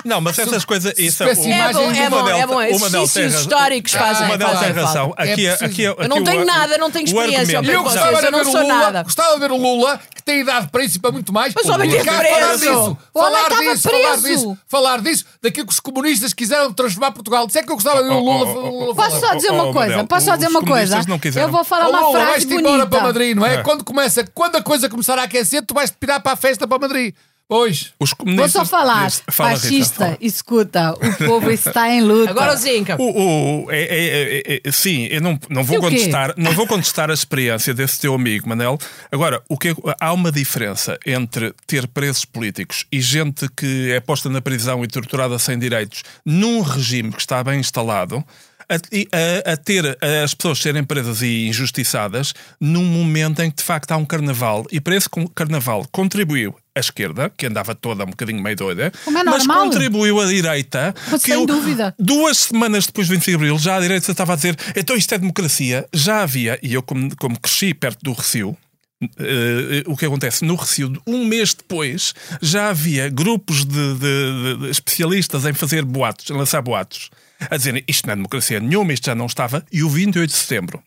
Speaker 3: Não, mas essas coisas. Isso é,
Speaker 4: espécie
Speaker 1: É
Speaker 4: imagem
Speaker 1: bom, é
Speaker 4: do
Speaker 1: bom,
Speaker 3: Manel-
Speaker 1: é bom.
Speaker 3: o Manel
Speaker 1: Esses
Speaker 3: tem
Speaker 1: sítios
Speaker 3: razão.
Speaker 1: históricos fazem.
Speaker 3: Uma delas tem
Speaker 1: fazem falta.
Speaker 3: razão. Aqui,
Speaker 4: É
Speaker 3: aqui, aqui,
Speaker 4: preciso.
Speaker 1: Eu não
Speaker 3: aqui o-
Speaker 1: tenho nada, não tenho
Speaker 3: o
Speaker 1: experiência,
Speaker 3: argumento-
Speaker 4: eu
Speaker 1: Não,
Speaker 4: gostava
Speaker 1: vocês,
Speaker 4: de
Speaker 1: eu não
Speaker 4: ver o
Speaker 1: sou
Speaker 4: Lula,
Speaker 1: nada.
Speaker 4: gostava de ver o Lula, que tem idade para isso e para muito mais.
Speaker 1: Mas
Speaker 4: Pô,
Speaker 1: o homem
Speaker 4: Lula,
Speaker 1: teve
Speaker 4: cá,
Speaker 1: preso.
Speaker 2: O homem
Speaker 4: falar disso, falar
Speaker 2: estava
Speaker 4: disso, falar
Speaker 2: preso.
Speaker 4: disso, falar disso, daquilo que os comunistas quiseram transformar Portugal. Se é que eu gostava de ver o Lula,
Speaker 3: Oh, oh, oh, oh,
Speaker 4: Lula falar.
Speaker 2: Posso só dizer
Speaker 3: Oh,
Speaker 2: uma
Speaker 3: oh,
Speaker 2: coisa?
Speaker 3: Manel,
Speaker 2: Posso só
Speaker 3: os
Speaker 2: dizer uma coisa?
Speaker 3: comunistas não quiseram.
Speaker 2: Eu vou falar
Speaker 4: Ó,
Speaker 2: uma
Speaker 4: Lula,
Speaker 2: frase
Speaker 4: vais-te embora para
Speaker 2: bonita.
Speaker 4: Madrid, não é?
Speaker 3: É.
Speaker 4: Quando, começa, quando a coisa começar a aquecer, tu vais-te pirar para a festa para Madrid. Pois.
Speaker 3: Os
Speaker 2: Vou
Speaker 3: comunistas-
Speaker 2: só falar.
Speaker 3: Isso, fala, Rita,
Speaker 2: Fascista,
Speaker 3: fala.
Speaker 2: escuta, o povo está em luta.
Speaker 1: Agora o Zinca.
Speaker 3: O- o- o- é- é- é- é- sim, eu não, não vou
Speaker 2: Sim, o quê?
Speaker 3: contestar, não vou contestar a experiência desse teu amigo, Manel. Agora, o que é- há uma diferença entre ter presos políticos e gente que é posta na prisão e torturada sem direitos num regime que está bem instalado. A, e a- a ter as pessoas serem presas e injustiçadas num momento em que de facto há um carnaval e para esse con- carnaval contribuiu a esquerda, que andava toda um bocadinho meio doida,
Speaker 2: Como é
Speaker 3: mas
Speaker 2: normal.
Speaker 3: contribuiu a direita,
Speaker 2: Mas
Speaker 3: que
Speaker 2: sem
Speaker 3: eu-
Speaker 2: dúvida.
Speaker 3: Duas semanas depois do 25 de Abril, já a direita estava a dizer então isto é democracia. Já havia, e eu como, como cresci perto do Recio, eh, o que acontece no Recio, um mês depois, já havia grupos de, de- de- de especialistas em fazer boatos, em lançar boatos, a dizer isto não é democracia nenhuma, isto já não estava. E o 28 de setembro,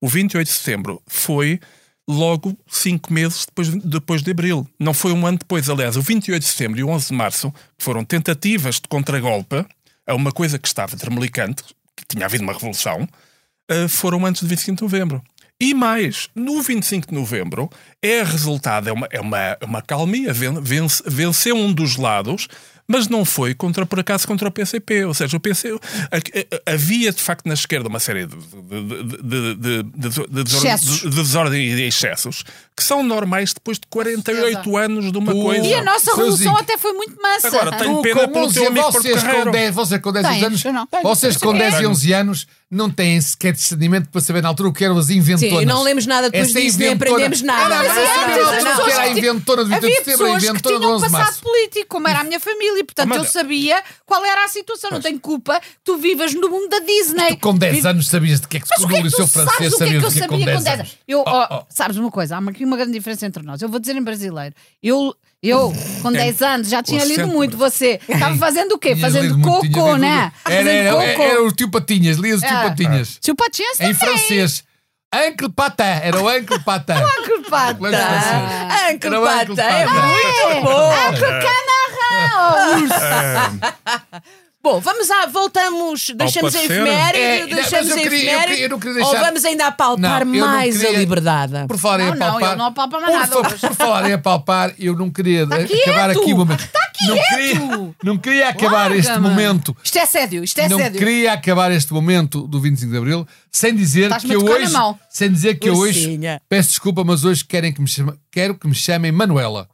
Speaker 3: o 28 de setembro foi logo cinco meses depois, depois de abril. Não foi um ano depois, aliás. O 28 de setembro e o 11 de março que foram tentativas de contragolpe a uma coisa que estava tremelicante, que tinha havido uma revolução, eh, foram antes de 25 de novembro. E mais, no 25 de novembro é resultado, é uma, é uma, é uma calmia, ven- vence- venceu um dos lados, mas não foi contra, por acaso contra o PCP. Ou seja, o PC, a- a- havia de facto na esquerda uma série de, de- de- de- de- de- de- de-
Speaker 2: Excessos.
Speaker 3: de desordem e de excessos que são normais depois de 48 anos de uma
Speaker 4: Tu-
Speaker 3: coisa.
Speaker 2: E a nossa
Speaker 4: Seu
Speaker 2: revolução
Speaker 4: Zinco.
Speaker 2: até foi muito mansa.
Speaker 3: Agora, tenho
Speaker 4: Tu,
Speaker 3: pena
Speaker 4: com
Speaker 3: pelo
Speaker 4: 11
Speaker 3: teu amigo Porto
Speaker 4: vocês com
Speaker 3: Carreiro.
Speaker 4: 10, vocês com 10
Speaker 2: Tens,
Speaker 4: anos,
Speaker 2: eu não.
Speaker 4: vocês com 10 e
Speaker 3: Tenho.
Speaker 4: 11 anos não têm sequer discernimento para saber na altura o que eram as inventoras.
Speaker 1: Sim, não lemos nada depois
Speaker 4: Essa
Speaker 1: disso, nem
Speaker 4: inventora-
Speaker 1: aprendemos nada.
Speaker 4: Ah, não,
Speaker 1: Mas
Speaker 4: não,
Speaker 1: e
Speaker 4: não,
Speaker 1: antes, as
Speaker 4: não, não,
Speaker 1: pessoas
Speaker 4: que era a
Speaker 2: que-
Speaker 4: é inventora do 28
Speaker 2: Havia
Speaker 4: de setembro, a
Speaker 2: pessoas que
Speaker 4: inventora do
Speaker 2: tinham
Speaker 4: 11 de
Speaker 2: passado
Speaker 4: março.
Speaker 2: político, como era a minha família, portanto
Speaker 3: Mas-
Speaker 2: eu sabia qual era a situação. Não tenho culpa, tu vivas no mundo da Disney.
Speaker 4: Tu com 10
Speaker 2: Vive-
Speaker 4: anos sabias de que é que se
Speaker 2: Mas o que é
Speaker 4: o
Speaker 2: que
Speaker 4: seu
Speaker 2: tu
Speaker 4: francês
Speaker 2: sabes o que é
Speaker 4: sabias
Speaker 2: que eu
Speaker 4: do que é
Speaker 2: sabia
Speaker 4: que com 10 anos.
Speaker 2: Eu, ó,
Speaker 4: Oh, oh.
Speaker 2: Sabes uma coisa, há aqui uma grande diferença entre nós. Eu vou dizer em brasileiro. Eu, eu
Speaker 4: É.
Speaker 2: com 10 anos, já tinha lido
Speaker 3: acento
Speaker 2: muito você. Estava fazendo o quê?
Speaker 4: Tinhas
Speaker 2: É Fazendo
Speaker 4: lido muito, tinhas
Speaker 2: cocô,
Speaker 4: lido
Speaker 2: né?
Speaker 4: muito. Era,
Speaker 2: Fazendo
Speaker 4: era,
Speaker 2: cocô.
Speaker 4: era o tio Patinhas, lias o tio
Speaker 2: Ah.
Speaker 4: Patinhas.
Speaker 2: Tio Patinhas
Speaker 4: Em
Speaker 2: também.
Speaker 4: francês. Uncle Patin, era o Uncle Patin.
Speaker 2: Uncle Pata.
Speaker 4: Mas francês.
Speaker 1: Ah, Uncle
Speaker 4: Era o Uncle
Speaker 1: Pata, é
Speaker 4: Pata.
Speaker 1: muito bom.
Speaker 2: Uncle Canarrão.
Speaker 1: Bom, vamos lá, voltamos, deixamos a
Speaker 3: parecer.
Speaker 4: É,
Speaker 1: efeméride,
Speaker 4: não,
Speaker 1: deixamos
Speaker 4: mas eu
Speaker 1: a
Speaker 4: queria- eu
Speaker 1: efeméride,
Speaker 4: queria- eu não queria
Speaker 1: ou
Speaker 4: deixar-
Speaker 1: vamos ainda apalpar
Speaker 4: Não, eu não
Speaker 1: mais
Speaker 4: queria-
Speaker 1: a liberdade?
Speaker 4: Por falar em
Speaker 2: Não, não,
Speaker 4: apalpar.
Speaker 2: eu não apalpo mais
Speaker 4: por
Speaker 2: nada
Speaker 4: fa-
Speaker 2: hoje.
Speaker 4: Por falar em apalpar, eu não queria
Speaker 2: quieto! Tá
Speaker 4: acabar aqui o momento. não, queria, não queria acabar este
Speaker 2: Larga-me.
Speaker 4: momento.
Speaker 2: Isto é sério, isto é
Speaker 4: não
Speaker 2: sério.
Speaker 4: queria acabar este momento do 25 de Abril sem dizer
Speaker 2: Estás-me a
Speaker 4: que eu
Speaker 2: tocar na
Speaker 4: hoje.
Speaker 2: mão.
Speaker 4: Sem dizer que eu hoje.
Speaker 1: Ursinha.
Speaker 4: Peço desculpa, mas hoje querem que me chama- quero que me chamem Manuela.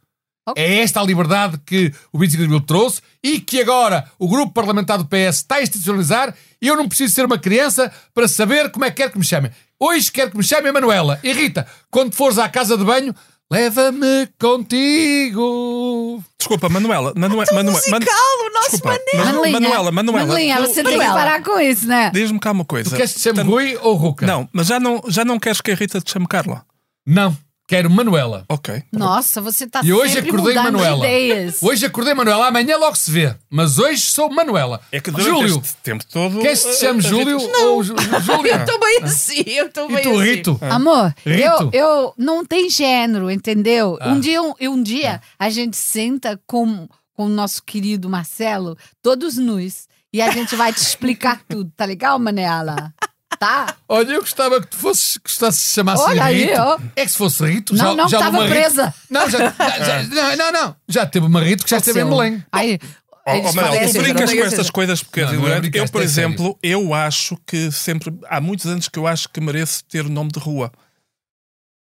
Speaker 2: Ok.
Speaker 4: É esta a liberdade que o 25 de Abril trouxe e que agora o grupo parlamentar do PS está a institucionalizar e eu não preciso ser uma criança para saber como é que quer que me chamem. Hoje quero que me chamem Manuela. E Rita, quando fores à casa de banho, leva-me contigo.
Speaker 3: Desculpa, Manuela. Manuela, Manuela, Manu-
Speaker 1: musical, o nosso
Speaker 3: Desculpa,
Speaker 1: Manel.
Speaker 3: Manu-
Speaker 2: Manuelinha,
Speaker 3: Manuela, Manuela.
Speaker 2: Manuelinha,
Speaker 3: tu-
Speaker 2: você tem que
Speaker 1: Manuela.
Speaker 2: parar com isso, né?
Speaker 3: Diz-me cá uma coisa.
Speaker 4: Tu queres que te chame
Speaker 3: Portanto,
Speaker 4: Rui ou Ruca?
Speaker 3: Não, mas já não, já não queres que a Rita te chame Carla.
Speaker 4: Não. Quero Manuela.
Speaker 3: Ok.
Speaker 2: Nossa, você está
Speaker 4: E hoje
Speaker 2: sempre
Speaker 4: acordei
Speaker 2: mudando
Speaker 4: Manuela.
Speaker 2: ideias.
Speaker 4: Hoje acordei Manuela, amanhã logo se vê. Mas hoje sou Manuela.
Speaker 3: É que durante
Speaker 4: Júlio,
Speaker 3: este tempo todo.
Speaker 4: queres que te chame
Speaker 3: a- a- a-
Speaker 4: Júlio ou Ju- Júlia?
Speaker 1: Eu tô bem assim, eu tô bem
Speaker 4: Ah? E tu,
Speaker 1: assim.
Speaker 4: Rito?
Speaker 3: É.
Speaker 2: Amor, eu,
Speaker 4: É. Rito?
Speaker 2: eu não tem género, entendeu?
Speaker 4: Ah.
Speaker 2: Um dia, um, um dia a gente senta com, com o nosso querido Marcelo, todos nus, e a gente vai te explicar tudo, tá legal, Manela? Tá?
Speaker 4: Olha, eu gostava que tu fosses, gostasse de chamar
Speaker 2: Olha aí,
Speaker 4: Rito.
Speaker 2: ó.
Speaker 4: É que se fosse Rito,
Speaker 2: Não,
Speaker 4: já,
Speaker 2: não,
Speaker 4: já
Speaker 2: tava
Speaker 4: uma Rito-
Speaker 2: presa.
Speaker 4: Não, já, já- não, não, não. Já teve uma Rito que já esteve em
Speaker 2: Marcelo.
Speaker 4: Belém.
Speaker 2: Aí,
Speaker 3: Oh,
Speaker 2: eles
Speaker 3: oh, Manel,
Speaker 2: falecem,
Speaker 3: tu
Speaker 2: já
Speaker 3: brincas
Speaker 2: não
Speaker 3: com
Speaker 2: tem
Speaker 3: estas
Speaker 2: certeza.
Speaker 3: coisas porque
Speaker 4: Não, não é brincar,
Speaker 3: eu,
Speaker 4: isto
Speaker 3: por
Speaker 4: é sério.
Speaker 3: exemplo, eu acho que sempre há muitos anos que eu acho que mereço ter o nome de rua.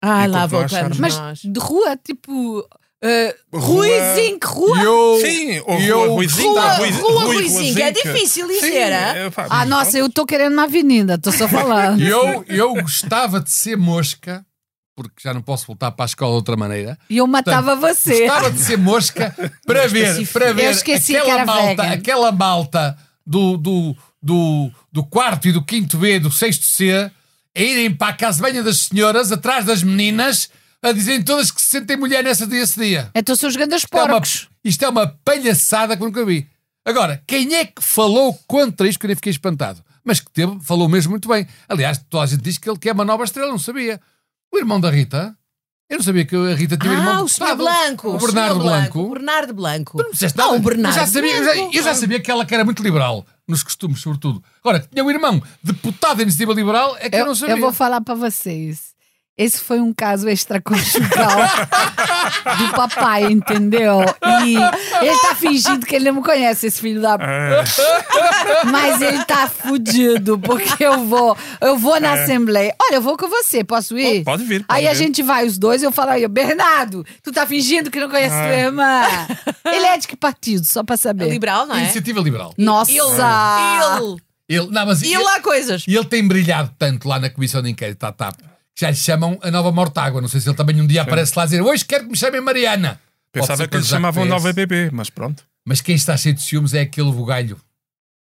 Speaker 1: Ai,
Speaker 3: E
Speaker 1: Ah, lá
Speaker 3: continuar
Speaker 1: voltamos
Speaker 3: a
Speaker 2: Mas
Speaker 1: nós.
Speaker 2: de rua, tipo. eh,
Speaker 3: Rua-
Speaker 2: Ruizinho, rua.
Speaker 4: E eu,
Speaker 3: Sim, ou
Speaker 4: e
Speaker 3: Rua
Speaker 4: eu-
Speaker 3: Ruizinho, tá,
Speaker 1: Rua,
Speaker 3: Rui-
Speaker 1: rua
Speaker 3: Rui
Speaker 1: Ruizinho, é
Speaker 3: Ruizinho.
Speaker 1: difícil
Speaker 3: Sim,
Speaker 1: dizer, é?
Speaker 3: é, pá,
Speaker 2: Ah,
Speaker 3: mas
Speaker 2: nossa,
Speaker 3: pronto.
Speaker 2: eu tô querendo na avenida, tô só falando.
Speaker 4: E eu, eu gostava de ser mosca, porque já não posso voltar para a escola de outra maneira.
Speaker 2: E eu matava você.
Speaker 4: Gostava de ser mosca para ver, para ver
Speaker 2: Eu esqueci
Speaker 4: aquela,
Speaker 2: que era
Speaker 4: malta,
Speaker 2: vegan.
Speaker 4: aquela malta do, do, do, do quarto e do quinto B, do sexto C, a irem para a casa banha das senhoras, atrás das meninas, a dizerem todas que se sentem mulher nessa dia, esse dia.
Speaker 2: Então são os grandes
Speaker 4: Isto é, uma,
Speaker 2: porcos.
Speaker 4: isto é uma palhaçada que nunca vi. Agora, quem é que falou contra isto que eu nem fiquei espantado? Mas que teve, falou mesmo muito bem. Aliás, toda a gente diz que ele quer uma nova estrela, não sabia. O irmão da Rita? Eu não sabia que a Rita tinha um irmão
Speaker 1: Ah, o
Speaker 4: deputado.
Speaker 1: Sr. Blanco.
Speaker 4: O
Speaker 1: senhor
Speaker 4: Bernardo Blanco.
Speaker 1: O Bernardo Blanco.
Speaker 4: Tu não disseste
Speaker 1: Ah,
Speaker 4: nada.
Speaker 1: o Bernardo
Speaker 4: Eu já, sabia, eu, já,
Speaker 1: Blanco.
Speaker 4: eu já sabia que ela que era muito liberal, nos costumes, sobretudo. Agora, tinha um irmão deputado da iniciativa liberal, é que eu,
Speaker 2: Eu,
Speaker 4: não sabia.
Speaker 2: eu vou falar pra vocês. Esse foi um caso extraconjugal do papai, entendeu? E ele tá fingindo que ele não me conhece, esse filho da. p-
Speaker 3: Ah,
Speaker 2: Mas ele tá fudido, porque eu vou. Eu vou na Assembleia. Olha, eu vou com você, posso ir?
Speaker 3: Pode né? vir. pode
Speaker 2: Aí a
Speaker 3: vir.
Speaker 2: gente vai, os dois, e eu falo aí, Bernardo, tu tá fingindo que não conhece
Speaker 3: Ah.
Speaker 2: tua irmã. Ele é de que partido, só pra saber?
Speaker 1: Liberal, não é?
Speaker 4: Iniciativa liberal.
Speaker 2: Nossa!
Speaker 1: Ele.
Speaker 4: Ele, não, mas
Speaker 1: Ele. E
Speaker 4: ele-
Speaker 1: lá coisas.
Speaker 4: E ele tem brilhado tanto lá na Comissão de Inquérito à TAP que já lhe chamam a nova Mortágua. Não sei se ele também um dia aparece lá a dizer hoje quero que me chamem Mariana. Pode ser
Speaker 3: Pensava que lhe
Speaker 4: coisa já
Speaker 3: chamavam
Speaker 4: conhece.
Speaker 3: Nova BB, mas pronto.
Speaker 4: Mas quem está cheio de ciúmes é aquele bugalho.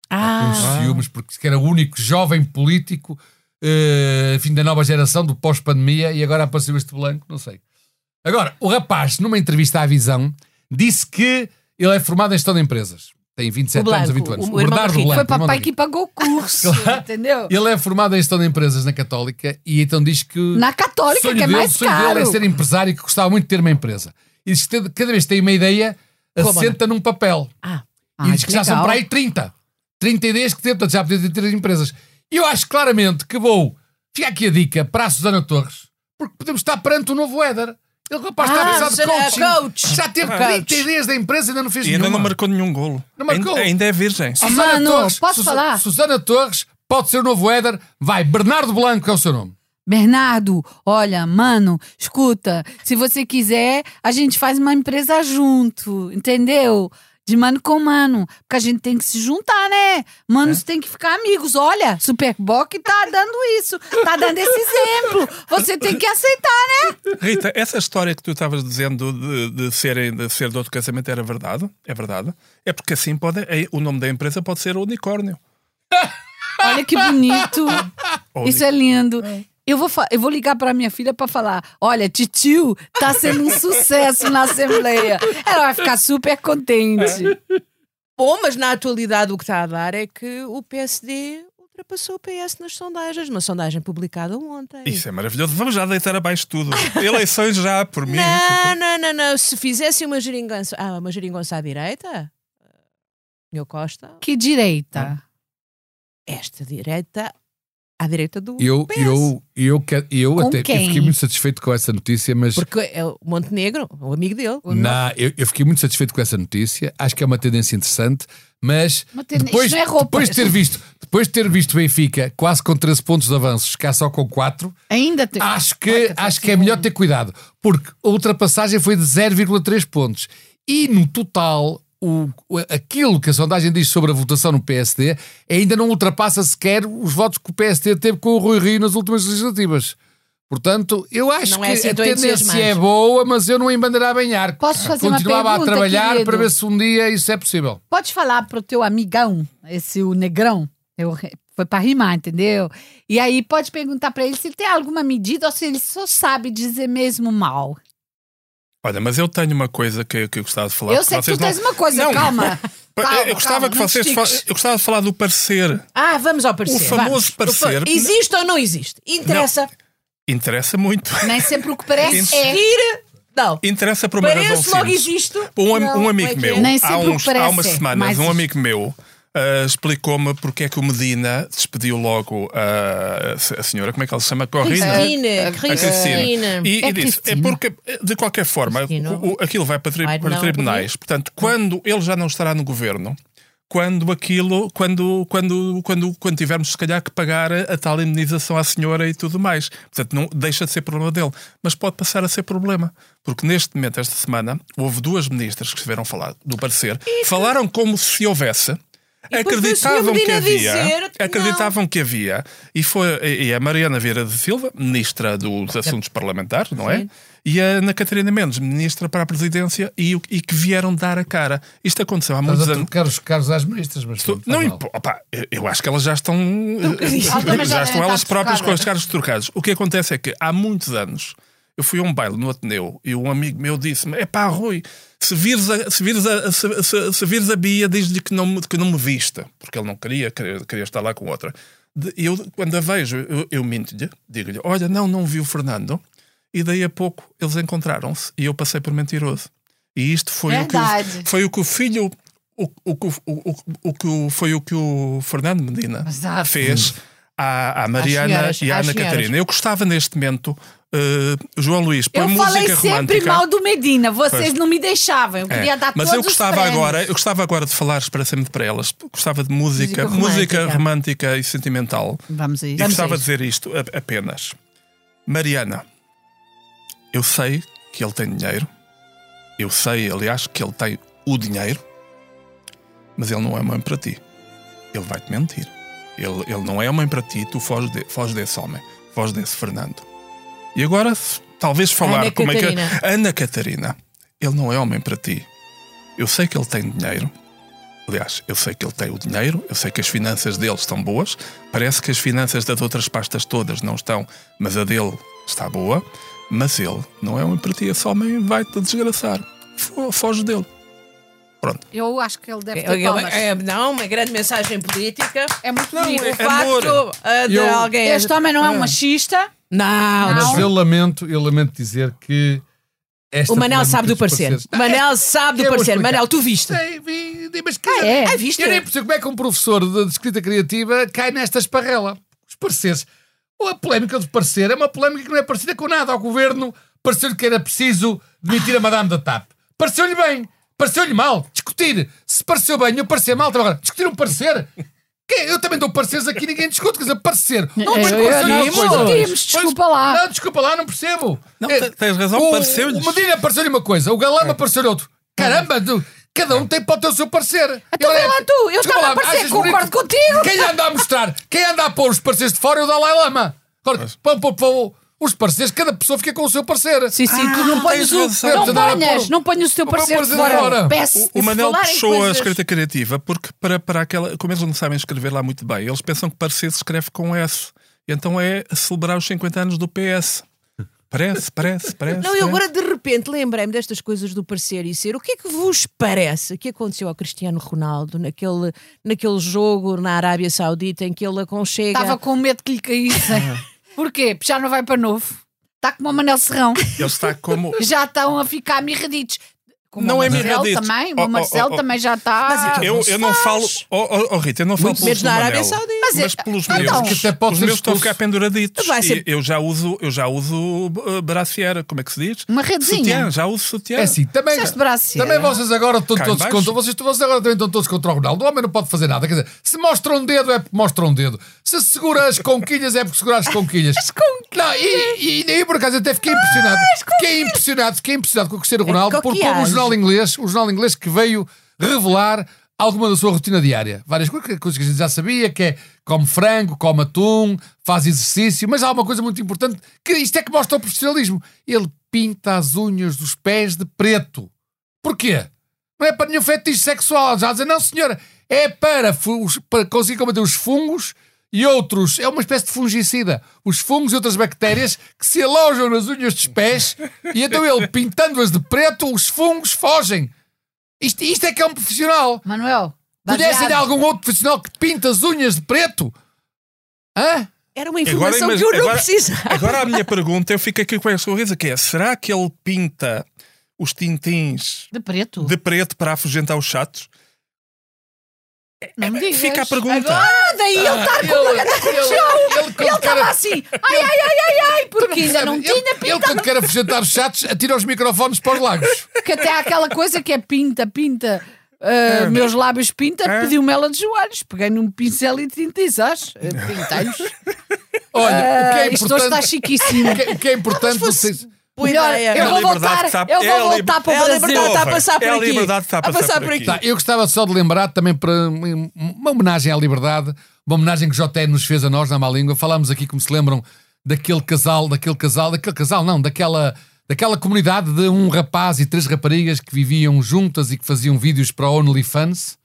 Speaker 1: Ah,
Speaker 4: Com ciúmes, porque que era o único jovem político eh, fim da nova geração, do pós-pandemia, e agora apareceu este blanco, não sei. Agora, o rapaz, numa entrevista à Visão, disse que ele é formado em gestão de empresas. Tem 27
Speaker 1: O Blanco,
Speaker 4: anos a 20 anos.
Speaker 1: o irmão da Rita.
Speaker 2: Foi
Speaker 4: o irmão da
Speaker 2: papai
Speaker 4: Rita.
Speaker 2: que pagou o curso, entendeu?
Speaker 4: Ele é formado em gestão de empresas na Católica e então diz que.
Speaker 2: Na católica,
Speaker 4: sonho
Speaker 2: que é
Speaker 4: dele,
Speaker 2: mais
Speaker 4: o sonho
Speaker 2: caro.
Speaker 4: dele é ser empresário e que gostava muito de ter uma empresa. E diz que cada vez que tem uma ideia,
Speaker 1: Como
Speaker 4: assenta num papel.
Speaker 1: ah.
Speaker 2: Ah,
Speaker 4: e diz que, já são
Speaker 2: legal.
Speaker 4: para aí 30. 30 ideias que tem, portanto já podia ter três empresas. E eu acho claramente que vou. Fica aqui a dica para a Susana Torres, porque podemos estar perante um novo Éder. Ele rapaz
Speaker 1: Ah,
Speaker 4: está a precisar de
Speaker 1: Susana,
Speaker 4: coaching.
Speaker 1: coach.
Speaker 4: Já teve
Speaker 1: Coach.
Speaker 4: 30 ideias da empresa e ainda não fez
Speaker 3: E ainda
Speaker 4: nenhuma.
Speaker 3: não marcou nenhum golo.
Speaker 4: Não marcou?
Speaker 3: Ainda, ainda é virgem.
Speaker 2: Ah,
Speaker 4: Susana
Speaker 2: Mano, posso
Speaker 4: Susa-
Speaker 2: falar?
Speaker 4: Susana Torres pode ser o novo Éder. Vai, Bernardo Blanco é o seu nome.
Speaker 2: Bernardo, olha, mano, escuta, se você quiser, a gente faz uma empresa junto, entendeu? De mano com mano. Porque a gente tem que se juntar, né? Manos tem que ficar amigos. Olha, Superboc tá dando isso, tá dando esse exemplo. Você tem que aceitar, né?
Speaker 3: Rita, essa história que tu estavas dizendo de, de, serem- de ser de outro casamento era verdade? É verdade? É porque assim pode, é- o nome da empresa pode ser Unicórnio.
Speaker 2: né? Olha que bonito.
Speaker 3: Ou
Speaker 2: Isso é lindo. Eu vou, fa- eu vou ligar pra minha filha pra falar: olha, titio, tá sendo um sucesso na Assembleia. Ela vai ficar super contente.
Speaker 1: Bom, mas na atualidade o que está a dar é que o PSD ultrapassou o PS nas sondagens, uma sondagem publicada ontem.
Speaker 3: Isso é maravilhoso. Vamos já deitar abaixo tudo. Eleições já,
Speaker 4: é
Speaker 3: por mim.
Speaker 1: Não, não, não, não. Se fizesse uma geringonça, ah, uma geringonça à direita, meu Costa,
Speaker 2: Que direita.
Speaker 1: esta direita, à direita do
Speaker 4: Eu,
Speaker 1: PS.
Speaker 4: eu, eu, quero- eu
Speaker 2: Com
Speaker 4: até eu
Speaker 2: quem?
Speaker 4: fiquei muito satisfeito com essa notícia, mas
Speaker 1: Porque é o Montenegro, o amigo dele.
Speaker 4: não, eu, eu fiquei muito satisfeito com essa notícia. Acho que é uma tendência interessante, mas
Speaker 2: Uma tendência-
Speaker 4: depois,
Speaker 2: isto não é roupa,
Speaker 4: depois de ter
Speaker 2: isto-
Speaker 4: visto, depois de ter visto o Benfica quase com 13 pontos de avanço, cá só com 4,
Speaker 2: Ainda tem.
Speaker 3: Ah,
Speaker 4: acho que acho que é melhor ter cuidado, porque a ultrapassagem foi de 0,3 pontos. E no total, o, o- aquilo que a sondagem diz sobre a votação no PSD ainda não ultrapassa sequer os votos que o PSD teve com o Rui Rio nas últimas legislativas. Portanto, eu acho
Speaker 1: Não
Speaker 4: que
Speaker 1: é assim
Speaker 4: a
Speaker 1: tão
Speaker 4: tendência
Speaker 1: entusiasmante.
Speaker 4: é boa, mas eu não embandeirava em arco.
Speaker 2: Posso fazer uma
Speaker 4: Continuava
Speaker 2: pergunta,
Speaker 4: a trabalhar
Speaker 2: querido?
Speaker 4: para ver se um dia isso é possível.
Speaker 2: Pode falar pro teu amigão, esse o negrão. Eu re- Foi para rimar, entendeu? E aí pode perguntar para ele se ele tem alguma medida ou se ele só sabe dizer mesmo mal.
Speaker 3: Olha, mas eu tenho uma coisa que, que eu gostava de falar.
Speaker 2: eu
Speaker 3: porque
Speaker 2: sei que tu
Speaker 3: vocês não-
Speaker 2: tens uma coisa,
Speaker 3: Não.
Speaker 2: calma.
Speaker 3: Eu-
Speaker 2: Calma,
Speaker 3: eu, gostava
Speaker 2: calma,
Speaker 3: que
Speaker 2: não te
Speaker 3: vocês fal-
Speaker 2: estiques.
Speaker 3: eu gostava de falar do parecer.
Speaker 1: Ah, vamos ao parecer.
Speaker 3: O famoso
Speaker 1: vamos.
Speaker 3: parecer.
Speaker 1: Existe ou não existe? Interessa.
Speaker 3: Interessa muito.
Speaker 2: Nem sempre o que parece é.
Speaker 1: Existir. Não.
Speaker 3: Interessa por uma razão
Speaker 1: Parece logo
Speaker 3: simples.
Speaker 1: existe.
Speaker 3: Um, am-
Speaker 1: Não,
Speaker 3: um
Speaker 1: como
Speaker 3: amigo
Speaker 1: é que
Speaker 3: meu,
Speaker 1: é?
Speaker 2: Nem
Speaker 3: há,
Speaker 2: sempre o que
Speaker 3: uns, há umas
Speaker 2: parece,
Speaker 3: semanas,
Speaker 2: mas
Speaker 3: um
Speaker 2: existe.
Speaker 3: amigo meu ah, explicou-me porque é que o Medina despediu logo ah, a, senhora, como é que ela se chama? Corrina.
Speaker 1: Cristina,
Speaker 3: A
Speaker 1: Cristina.
Speaker 3: E,
Speaker 2: É
Speaker 3: e disse, é
Speaker 2: Cristina.
Speaker 3: porque, de qualquer forma,
Speaker 1: Cristina.
Speaker 3: o- o- aquilo vai para, tri-
Speaker 1: Ai,
Speaker 3: para
Speaker 1: não,
Speaker 3: tribunais. Portanto, quando ele já não estará no governo, quando aquilo, quando, quando, quando, quando tivermos, se calhar, que pagar a, a tal indenização à senhora e tudo mais. Portanto, não deixa de ser problema dele. Mas pode passar a ser problema. Porque neste momento, esta semana, houve duas ministras que estiveram a falar do parecer, falaram como se houvesse.
Speaker 1: depois veio o senhor
Speaker 3: Acreditavam que
Speaker 1: Medina
Speaker 3: havia,
Speaker 1: dizer, não.
Speaker 3: acreditavam achavam que havia e foi e a Mariana Vieira de Silva, ministra dos Assuntos Parlamentares, não é? E a Ana Catarina Mendes, ministra para a Presidência e, o- e que vieram dar a cara. Isto aconteceu há muitos
Speaker 4: Estás a
Speaker 3: anos.
Speaker 4: trocar os carros às ministras, mas pronto,
Speaker 3: Não
Speaker 4: faz mal.
Speaker 3: impo- opá, eu- eu acho que elas já estão.
Speaker 2: Algumas já é
Speaker 3: já
Speaker 2: devem
Speaker 3: estão elas
Speaker 2: estar
Speaker 3: próprias com
Speaker 2: trocadas.
Speaker 3: os carros trocados. O que acontece é que há muitos anos eu fui a um baile no Ateneu e um amigo meu disse-me: é pá, Rui, se vires a, se vires a, se, se- se vires a Bia, diz-lhe que não, me- que não me vista, porque ele não queria, queria, queria estar lá com outra. De- Eu, quando a vejo, eu, eu minto-lhe, digo-lhe: olha, não, não vi o Fernando. E daí a pouco eles encontraram-se e eu passei por mentiroso. E isto foi o que
Speaker 2: Verdade.
Speaker 3: o, foi o que o filho o, o, que o, o, o, o que o- foi o que o Fernando Medina
Speaker 2: Exato.
Speaker 3: fez à, à Mariana
Speaker 1: senhoras,
Speaker 3: e à
Speaker 1: às
Speaker 3: Ana
Speaker 1: senhoras.
Speaker 3: Catarina. Eu gostava neste momento, eh, João Luís, põe
Speaker 2: Eu
Speaker 3: música
Speaker 2: falei sempre
Speaker 3: romântica.
Speaker 2: mal do Medina, vocês
Speaker 3: Pois.
Speaker 2: não me deixavam. Eu
Speaker 3: É,
Speaker 2: queria dar
Speaker 3: mas
Speaker 2: todos
Speaker 3: eu
Speaker 2: os
Speaker 3: gostava
Speaker 2: prémios.
Speaker 3: agora, eu gostava agora de falar para sempre para elas. Gostava de música,
Speaker 1: Música
Speaker 3: música romântica,
Speaker 1: romântica.
Speaker 3: e sentimental.
Speaker 2: Vamos a
Speaker 3: E
Speaker 2: isso.
Speaker 3: gostava de dizer isto a- apenas. Mariana, eu sei que ele tem dinheiro. Eu sei, aliás, que ele tem o dinheiro. Mas ele não é mãe para ti. Ele vai-te mentir. Ele, ele não é mãe para ti. Tu foges, de, foges desse homem. Foges desse Fernando. E agora, se- talvez falar
Speaker 1: Ana
Speaker 3: como é
Speaker 1: Catarina.
Speaker 3: que. Ana Catarina, ele não é homem para ti. Eu sei que ele tem dinheiro. Aliás, eu sei que ele tem o dinheiro, eu sei que as finanças dele estão boas. Parece que as finanças das outras pastas todas não estão, mas a dele está boa. Mas ele não é um para ti, esse homem vai-te desgraçar. Fo- Foge dele. Pronto.
Speaker 2: Eu acho que ele deve
Speaker 1: É,
Speaker 2: ter palmas.
Speaker 1: é, é, não, uma grande mensagem política.
Speaker 2: É muito bonito.
Speaker 1: o
Speaker 3: é amor.
Speaker 1: facto ah, de
Speaker 4: Eu-
Speaker 1: alguém.
Speaker 2: Este homem não é um machista.
Speaker 1: Não,
Speaker 2: Não.
Speaker 1: não.
Speaker 4: Mas eu lamento, eu lamento dizer que. Esta
Speaker 1: O Manel
Speaker 4: polémica
Speaker 1: sabe do
Speaker 4: dos
Speaker 1: parecer.
Speaker 4: pareceres-
Speaker 1: Manel sabe
Speaker 4: Eu
Speaker 1: do
Speaker 4: vou
Speaker 1: parecer.
Speaker 4: explicar.
Speaker 1: Manel, tu viste.
Speaker 4: Sei, vi, mas que.
Speaker 2: Ah, é?
Speaker 1: Ah, viste?
Speaker 4: Eu nem percebo como é que um professor de de escrita criativa cai nesta esparrela. Os pareceres. Ou a polémica do parecer é uma polémica que não é parecida com nada ao governo. Pareceu-lhe que era preciso demitir a Madame da TAP. Pareceu-lhe bem. Pareceu-lhe mal. Discutir. Se pareceu bem ou pareceu mal, então agora, discutir um parecer. Que- é? Eu também dou pareceres aqui, ninguém discute. Quer dizer, parecer. Não tem parecer
Speaker 2: não
Speaker 4: é uma coisa.
Speaker 2: discutimos, desculpa lá.
Speaker 4: Não, desculpa lá, não percebo.
Speaker 3: Não,
Speaker 4: É,
Speaker 3: te- tens razão, É.
Speaker 4: o- O
Speaker 3: pareceu-lhes.
Speaker 4: Medina pareceu-lhe uma coisa, o Galama pareceu-lhe outro. Caramba, do- cada um tem para ter o seu parecer.
Speaker 2: Então
Speaker 4: Agora é-
Speaker 2: vai lá tu, eu
Speaker 4: Desculpa
Speaker 2: estava
Speaker 4: lá,
Speaker 2: a parecer,
Speaker 4: achas
Speaker 2: concordo
Speaker 4: bonito?
Speaker 2: contigo.
Speaker 4: Quem anda a mostrar, quem anda a pôr os pareceres de fora é o Dalai Lama. Agora, pão, pão, pão, os pareceres, cada pessoa fica com o seu parecer.
Speaker 2: Sim, sim, tu não
Speaker 3: tu
Speaker 2: ponhas
Speaker 3: Ah, tens
Speaker 2: o.
Speaker 3: razão.
Speaker 2: Não
Speaker 4: Portanto, agora
Speaker 2: ponhas,
Speaker 4: pô-
Speaker 2: não ponhas o teu
Speaker 4: Vou pôr
Speaker 2: parecer
Speaker 4: de
Speaker 2: fora.
Speaker 4: fora.
Speaker 2: Peço.
Speaker 3: O Manel
Speaker 2: falar em
Speaker 3: puxou a
Speaker 2: coisas-
Speaker 3: escrita criativa porque, para, para aquela, como eles não sabem escrever lá muito bem, eles pensam que parecer se escreve com S. E então é celebrar os 50 anos do PS. Parece, parece, parece.
Speaker 1: Não, eu
Speaker 3: parece.
Speaker 1: agora de repente lembrei-me destas coisas do parecer e ser. O que é que vos parece que aconteceu ao Cristiano Ronaldo naquele, naquele jogo na Arábia Saudita em que ele aconchega.
Speaker 2: Estava com medo que lhe caísse. Porquê? Porque já não vai para novo. Está como o Manel Serrão.
Speaker 3: Ele está como.
Speaker 2: Já estão a ficar mirraditos. Como
Speaker 3: Não
Speaker 2: o
Speaker 3: é
Speaker 2: Marcelo
Speaker 3: mirradito.
Speaker 2: também.
Speaker 3: Oh,
Speaker 2: O
Speaker 3: oh,
Speaker 2: Marcelo
Speaker 3: oh, oh.
Speaker 2: também já tá está.
Speaker 3: Eu, eu não falo. Oh, oh, oh, Rita, eu não falo
Speaker 1: Muito menos
Speaker 3: pelos do
Speaker 1: na Arábia
Speaker 3: Manel,
Speaker 1: Saudita.
Speaker 3: Mas,
Speaker 2: Mas é-
Speaker 3: pelos
Speaker 2: Ah,
Speaker 3: meus.
Speaker 2: não.
Speaker 3: Os
Speaker 4: Até pode ser
Speaker 3: meus estão a ficar
Speaker 4: expulso.
Speaker 3: penduraditos.
Speaker 1: Vai ser-
Speaker 3: E Eu já uso, eu já uso uh, braciera, como é que se diz?
Speaker 2: Uma redezinha.
Speaker 3: Sutiã, já uso sutiã.
Speaker 4: É assim, também,
Speaker 2: Disseste braceira.
Speaker 4: também vocês agora estão
Speaker 3: Cá em
Speaker 4: todos
Speaker 3: baixo.
Speaker 4: contra. Vocês, vocês agora também estão todos contra o Ronaldo. O homem não pode fazer nada. Quer dizer, se mostra um dedo é porque mostra um dedo. Se segura as conquilhas é porque segura as conquilhas. As
Speaker 2: conquilhas. Ah,
Speaker 4: Não, e, e daí por acaso até fiquei impressionado. fiquei impressionado, fiquei impressionado com o Cristiano Ronaldo por como o
Speaker 1: coqueage.
Speaker 4: jornal inglês, o jornal inglês que veio revelar alguma da sua rotina diária. Várias coisas, coisas que a gente já sabia, que é come frango, come atum, faz exercício, mas há uma coisa muito importante, que isto é que mostra o profissionalismo. Ele pinta as unhas dos pés de preto. Porquê? Não é para nenhum fetiche sexual. Já dizem, não, senhora, é para, fu- os- para conseguir combater os fungos e outros. É uma espécie de fungicida. Os fungos e outras bactérias que se alojam nas unhas dos pés e então ele, pintando-as de preto, os fungos fogem. Isto, isto é que é um profissional.
Speaker 2: Manuel,
Speaker 4: Conhecem de
Speaker 2: baseado-
Speaker 4: algum outro profissional que pinta as unhas de preto? Hã?
Speaker 1: Era uma informação
Speaker 3: imagi-
Speaker 1: que eu não
Speaker 3: agora-
Speaker 1: precisava.
Speaker 3: Agora a minha pergunta, eu fico aqui com essa sorriso que é, será que ele pinta os tintins
Speaker 2: de preto.
Speaker 3: de preto para afugentar os chatos?
Speaker 2: Não me digas.
Speaker 3: Fica a pergunta.
Speaker 2: Ah, daí ele está
Speaker 4: Ele, ele, ele, quando quer-
Speaker 2: Estava assim, ai, ai, ai, ai, ai, porque ainda não
Speaker 4: ele-
Speaker 2: tinha
Speaker 4: Ele, quando quer afugentar os chatos, atira os microfones para os lagos.
Speaker 2: Porque até há aquela coisa que é pinta, pinta.
Speaker 4: É.
Speaker 2: ah, meus lábios pinta,
Speaker 3: É.
Speaker 2: pediu-me ela de joelhos. Peguei num pincel e tintei os eh, Pintei-os.
Speaker 4: Olha, o que é
Speaker 2: Ah, isto hoje está
Speaker 4: importante.
Speaker 2: chiquíssimo.
Speaker 4: O que, o que é importante. vocês-
Speaker 1: Boa
Speaker 2: Melhor,
Speaker 1: ideia.
Speaker 2: eu
Speaker 3: É a
Speaker 2: vou
Speaker 3: liberdade
Speaker 2: voltar-
Speaker 3: que está-
Speaker 2: eu vou
Speaker 3: é a li-
Speaker 2: voltar para o
Speaker 3: é a
Speaker 2: Brasil.
Speaker 3: liberdade que está a passar por
Speaker 1: É a
Speaker 3: aqui.
Speaker 1: liberdade que está a passar, por aqui.
Speaker 4: Tá, eu gostava só de lembrar também para um- uma homenagem à liberdade, uma homenagem que o JN nos fez a nós na má língua. Falámos aqui, como se lembram, daquele casal, daquele casal, daquele casal, não, daquela, daquela comunidade de um rapaz e três raparigas que viviam juntas e que faziam vídeos para o OnlyFans.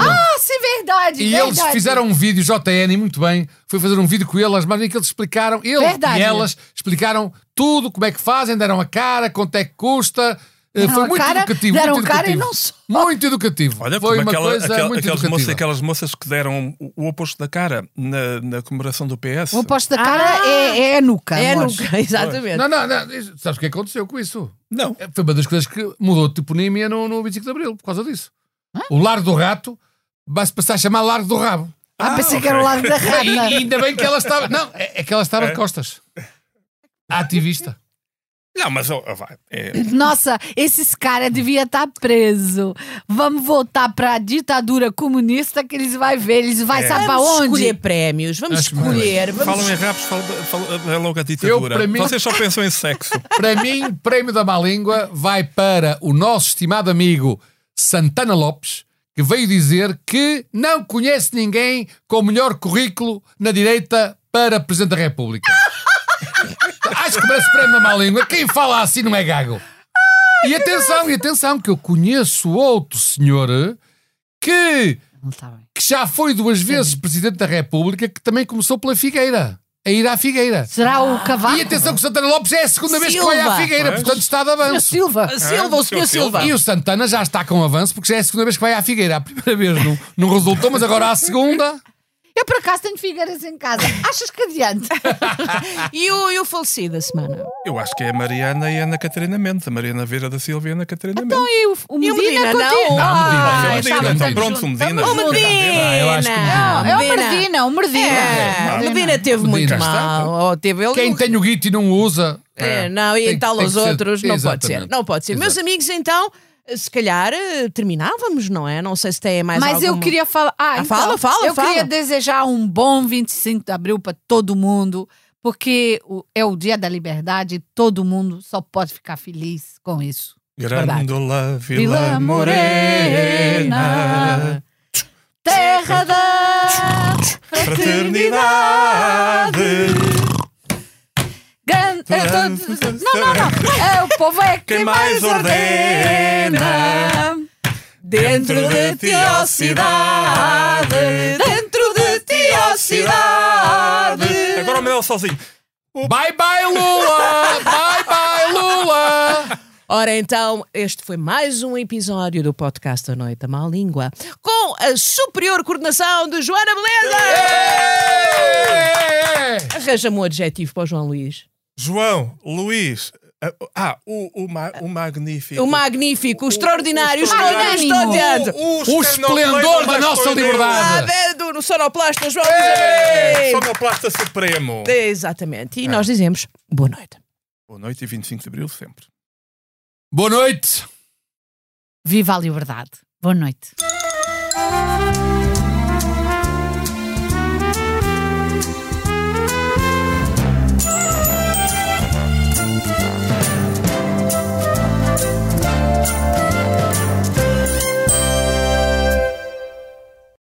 Speaker 2: Ah, sim, verdade.
Speaker 4: E
Speaker 2: verdade.
Speaker 4: eles fizeram um vídeo, JN, e muito bem, foi fazer um vídeo com elas, mas em que eles explicaram, ele
Speaker 2: Verdade.
Speaker 4: e elas explicaram tudo, como é que fazem, deram a cara, quanto é que custa. Eh,
Speaker 2: Deram
Speaker 4: foi
Speaker 2: a
Speaker 4: muito
Speaker 2: cara,
Speaker 4: educativo.
Speaker 2: deram
Speaker 4: muito
Speaker 2: a cara e
Speaker 4: educativo.
Speaker 2: não só.
Speaker 4: Muito educativo.
Speaker 3: Olha,
Speaker 4: Tá, foi
Speaker 3: como
Speaker 4: uma
Speaker 3: aquela,
Speaker 4: coisa
Speaker 3: aquela-
Speaker 4: muito
Speaker 3: aquelas, moças,
Speaker 4: educativa.
Speaker 3: aquelas moças que deram o, o oposto da cara na, na comemoração do PS.
Speaker 2: O oposto da cara
Speaker 1: Ah.
Speaker 2: é, é a nuca.
Speaker 1: É
Speaker 2: amor.
Speaker 1: nunca, exatamente.
Speaker 4: Não, não, não. isso- Sabes o que aconteceu com isso?
Speaker 3: Não.
Speaker 4: É, Foi uma das coisas que mudou de toponímia no, no 25 de Abril, por causa disso. O Largo do Rato vai-se passar a chamar Largo do Rabo.
Speaker 2: Ah,
Speaker 3: Ah,
Speaker 2: pensei
Speaker 3: ok.
Speaker 2: que era o lado da
Speaker 4: E, e
Speaker 2: rata.
Speaker 4: ainda bem que ela estava. Não, é é que ela estava de costas. A ativista.
Speaker 3: Não, mas oh, oh, vai. É,
Speaker 2: Nossa, esses caras devia estar preso. Vamos voltar pra ditadura comunista que eles vai ver, eles vai
Speaker 3: É.
Speaker 2: saber
Speaker 1: Vamos escolher
Speaker 2: onde.
Speaker 1: prémios, vamos
Speaker 4: Acho que não.
Speaker 1: escolher. Vamos...
Speaker 3: falam em raps, falam, falam- é logo a ditadura.
Speaker 4: Eu, para mim-
Speaker 3: Vocês só pensam em sexo.
Speaker 4: Para mim, prémio da má língua vai para o nosso estimado amigo Santana Lopes, que veio dizer que não conhece ninguém com melhor currículo na direita para Presidente da República. Acho que merece prémio da má língua. Quem fala assim não é gago. E atenção, e atenção, que eu conheço outro senhor eh, que
Speaker 2: Não tá bem.
Speaker 4: que já foi duas vezes Presidente da República, que também começou pela Figueira. A ir à Figueira.
Speaker 2: Será o cavalo?
Speaker 4: E atenção que o Santana Lopes é a segunda vez que vai à
Speaker 1: Silva.
Speaker 4: Figueira,
Speaker 3: Pois.
Speaker 4: portanto está de
Speaker 2: Senhor
Speaker 4: avanço.
Speaker 2: Silva.
Speaker 1: Silva, o
Speaker 3: Ah,
Speaker 1: senhor Silva.
Speaker 4: E o Santana já está com avanço, porque já é a segunda vez que vai à Figueira. A primeira vez não, não resultou, mas agora à segunda.
Speaker 2: Eu por acaso tenho figueiras em casa. Achas que adiante?
Speaker 1: E o, e o falecido da semana?
Speaker 3: Eu acho que é a Mariana e a Ana Catarina Mendes. A Mariana Vieira da Silva e a Ana Catarina Mendes.
Speaker 2: Então e o, o
Speaker 1: E
Speaker 2: Medina,
Speaker 1: o Medina, não?
Speaker 2: continua?
Speaker 1: Não,
Speaker 4: o Medina,
Speaker 2: Ah,
Speaker 4: eu acho que
Speaker 2: estava
Speaker 4: não.
Speaker 2: tão
Speaker 3: é Pronto,
Speaker 2: junto.
Speaker 3: o Medina.
Speaker 2: Tamo
Speaker 1: O
Speaker 3: Não,
Speaker 2: junto.
Speaker 1: Medina!
Speaker 4: eu acho que
Speaker 2: Não, é o Medina, o Medina.
Speaker 1: É, o Medina teve muito
Speaker 4: Medina.
Speaker 1: mal. Ou teve ele.
Speaker 4: Quem tem o guito e não o usa.
Speaker 1: É, não, e
Speaker 4: Ah, Tem-
Speaker 1: tal
Speaker 4: tem
Speaker 1: aos
Speaker 4: que ser-
Speaker 1: outros, não pode ser.
Speaker 4: Exatamente.
Speaker 1: Não pode ser. Meus
Speaker 4: Exato.
Speaker 1: amigos, então, se calhar eh, terminávamos, não é? Não sei se tem mais
Speaker 2: Mas eu
Speaker 1: alguma-
Speaker 2: queria falar. Ah, então,
Speaker 1: fala, fala,
Speaker 2: Eu
Speaker 1: fala.
Speaker 2: queria desejar um bom 25 de abril para todo mundo, porque o- é o dia da liberdade e todo mundo só pode ficar feliz com isso.
Speaker 3: Grandola Vila
Speaker 2: Vila
Speaker 3: Morena,
Speaker 2: Morena, Terra da
Speaker 3: fraternidade.
Speaker 2: grande. eu tô- Não, não, não. É, o povo é quem,
Speaker 3: Quem mais ordena.
Speaker 1: Dentro de ti, ó cidade, dentro de ti, ó cidade.
Speaker 3: Agora o meu sozinho.
Speaker 4: Bye bye Lula! Bye bye Lula!
Speaker 1: Ora então, este foi mais um episódio do podcast da Noite da Má Língua, com a superior coordenação de Joana Beleza.
Speaker 4: É.
Speaker 1: Arranja-me um adjetivo para o João Luís.
Speaker 3: João, Luís. ah, Ah, o, o, ma- o magnífico.
Speaker 1: O magnífico, o extraordinário, o extraordinário,
Speaker 2: extraordinário.
Speaker 1: extraordinário.
Speaker 4: O esplendor da nossa liberdade.
Speaker 1: Ah, dedo no sonoplasta, João Luís Abreu.
Speaker 3: Sonoplasta Supremo.
Speaker 1: Exatamente. E nós dizemos boa noite.
Speaker 3: Boa noite e 25 de Abril sempre.
Speaker 4: Boa noite!
Speaker 2: Viva a liberdade. Boa noite.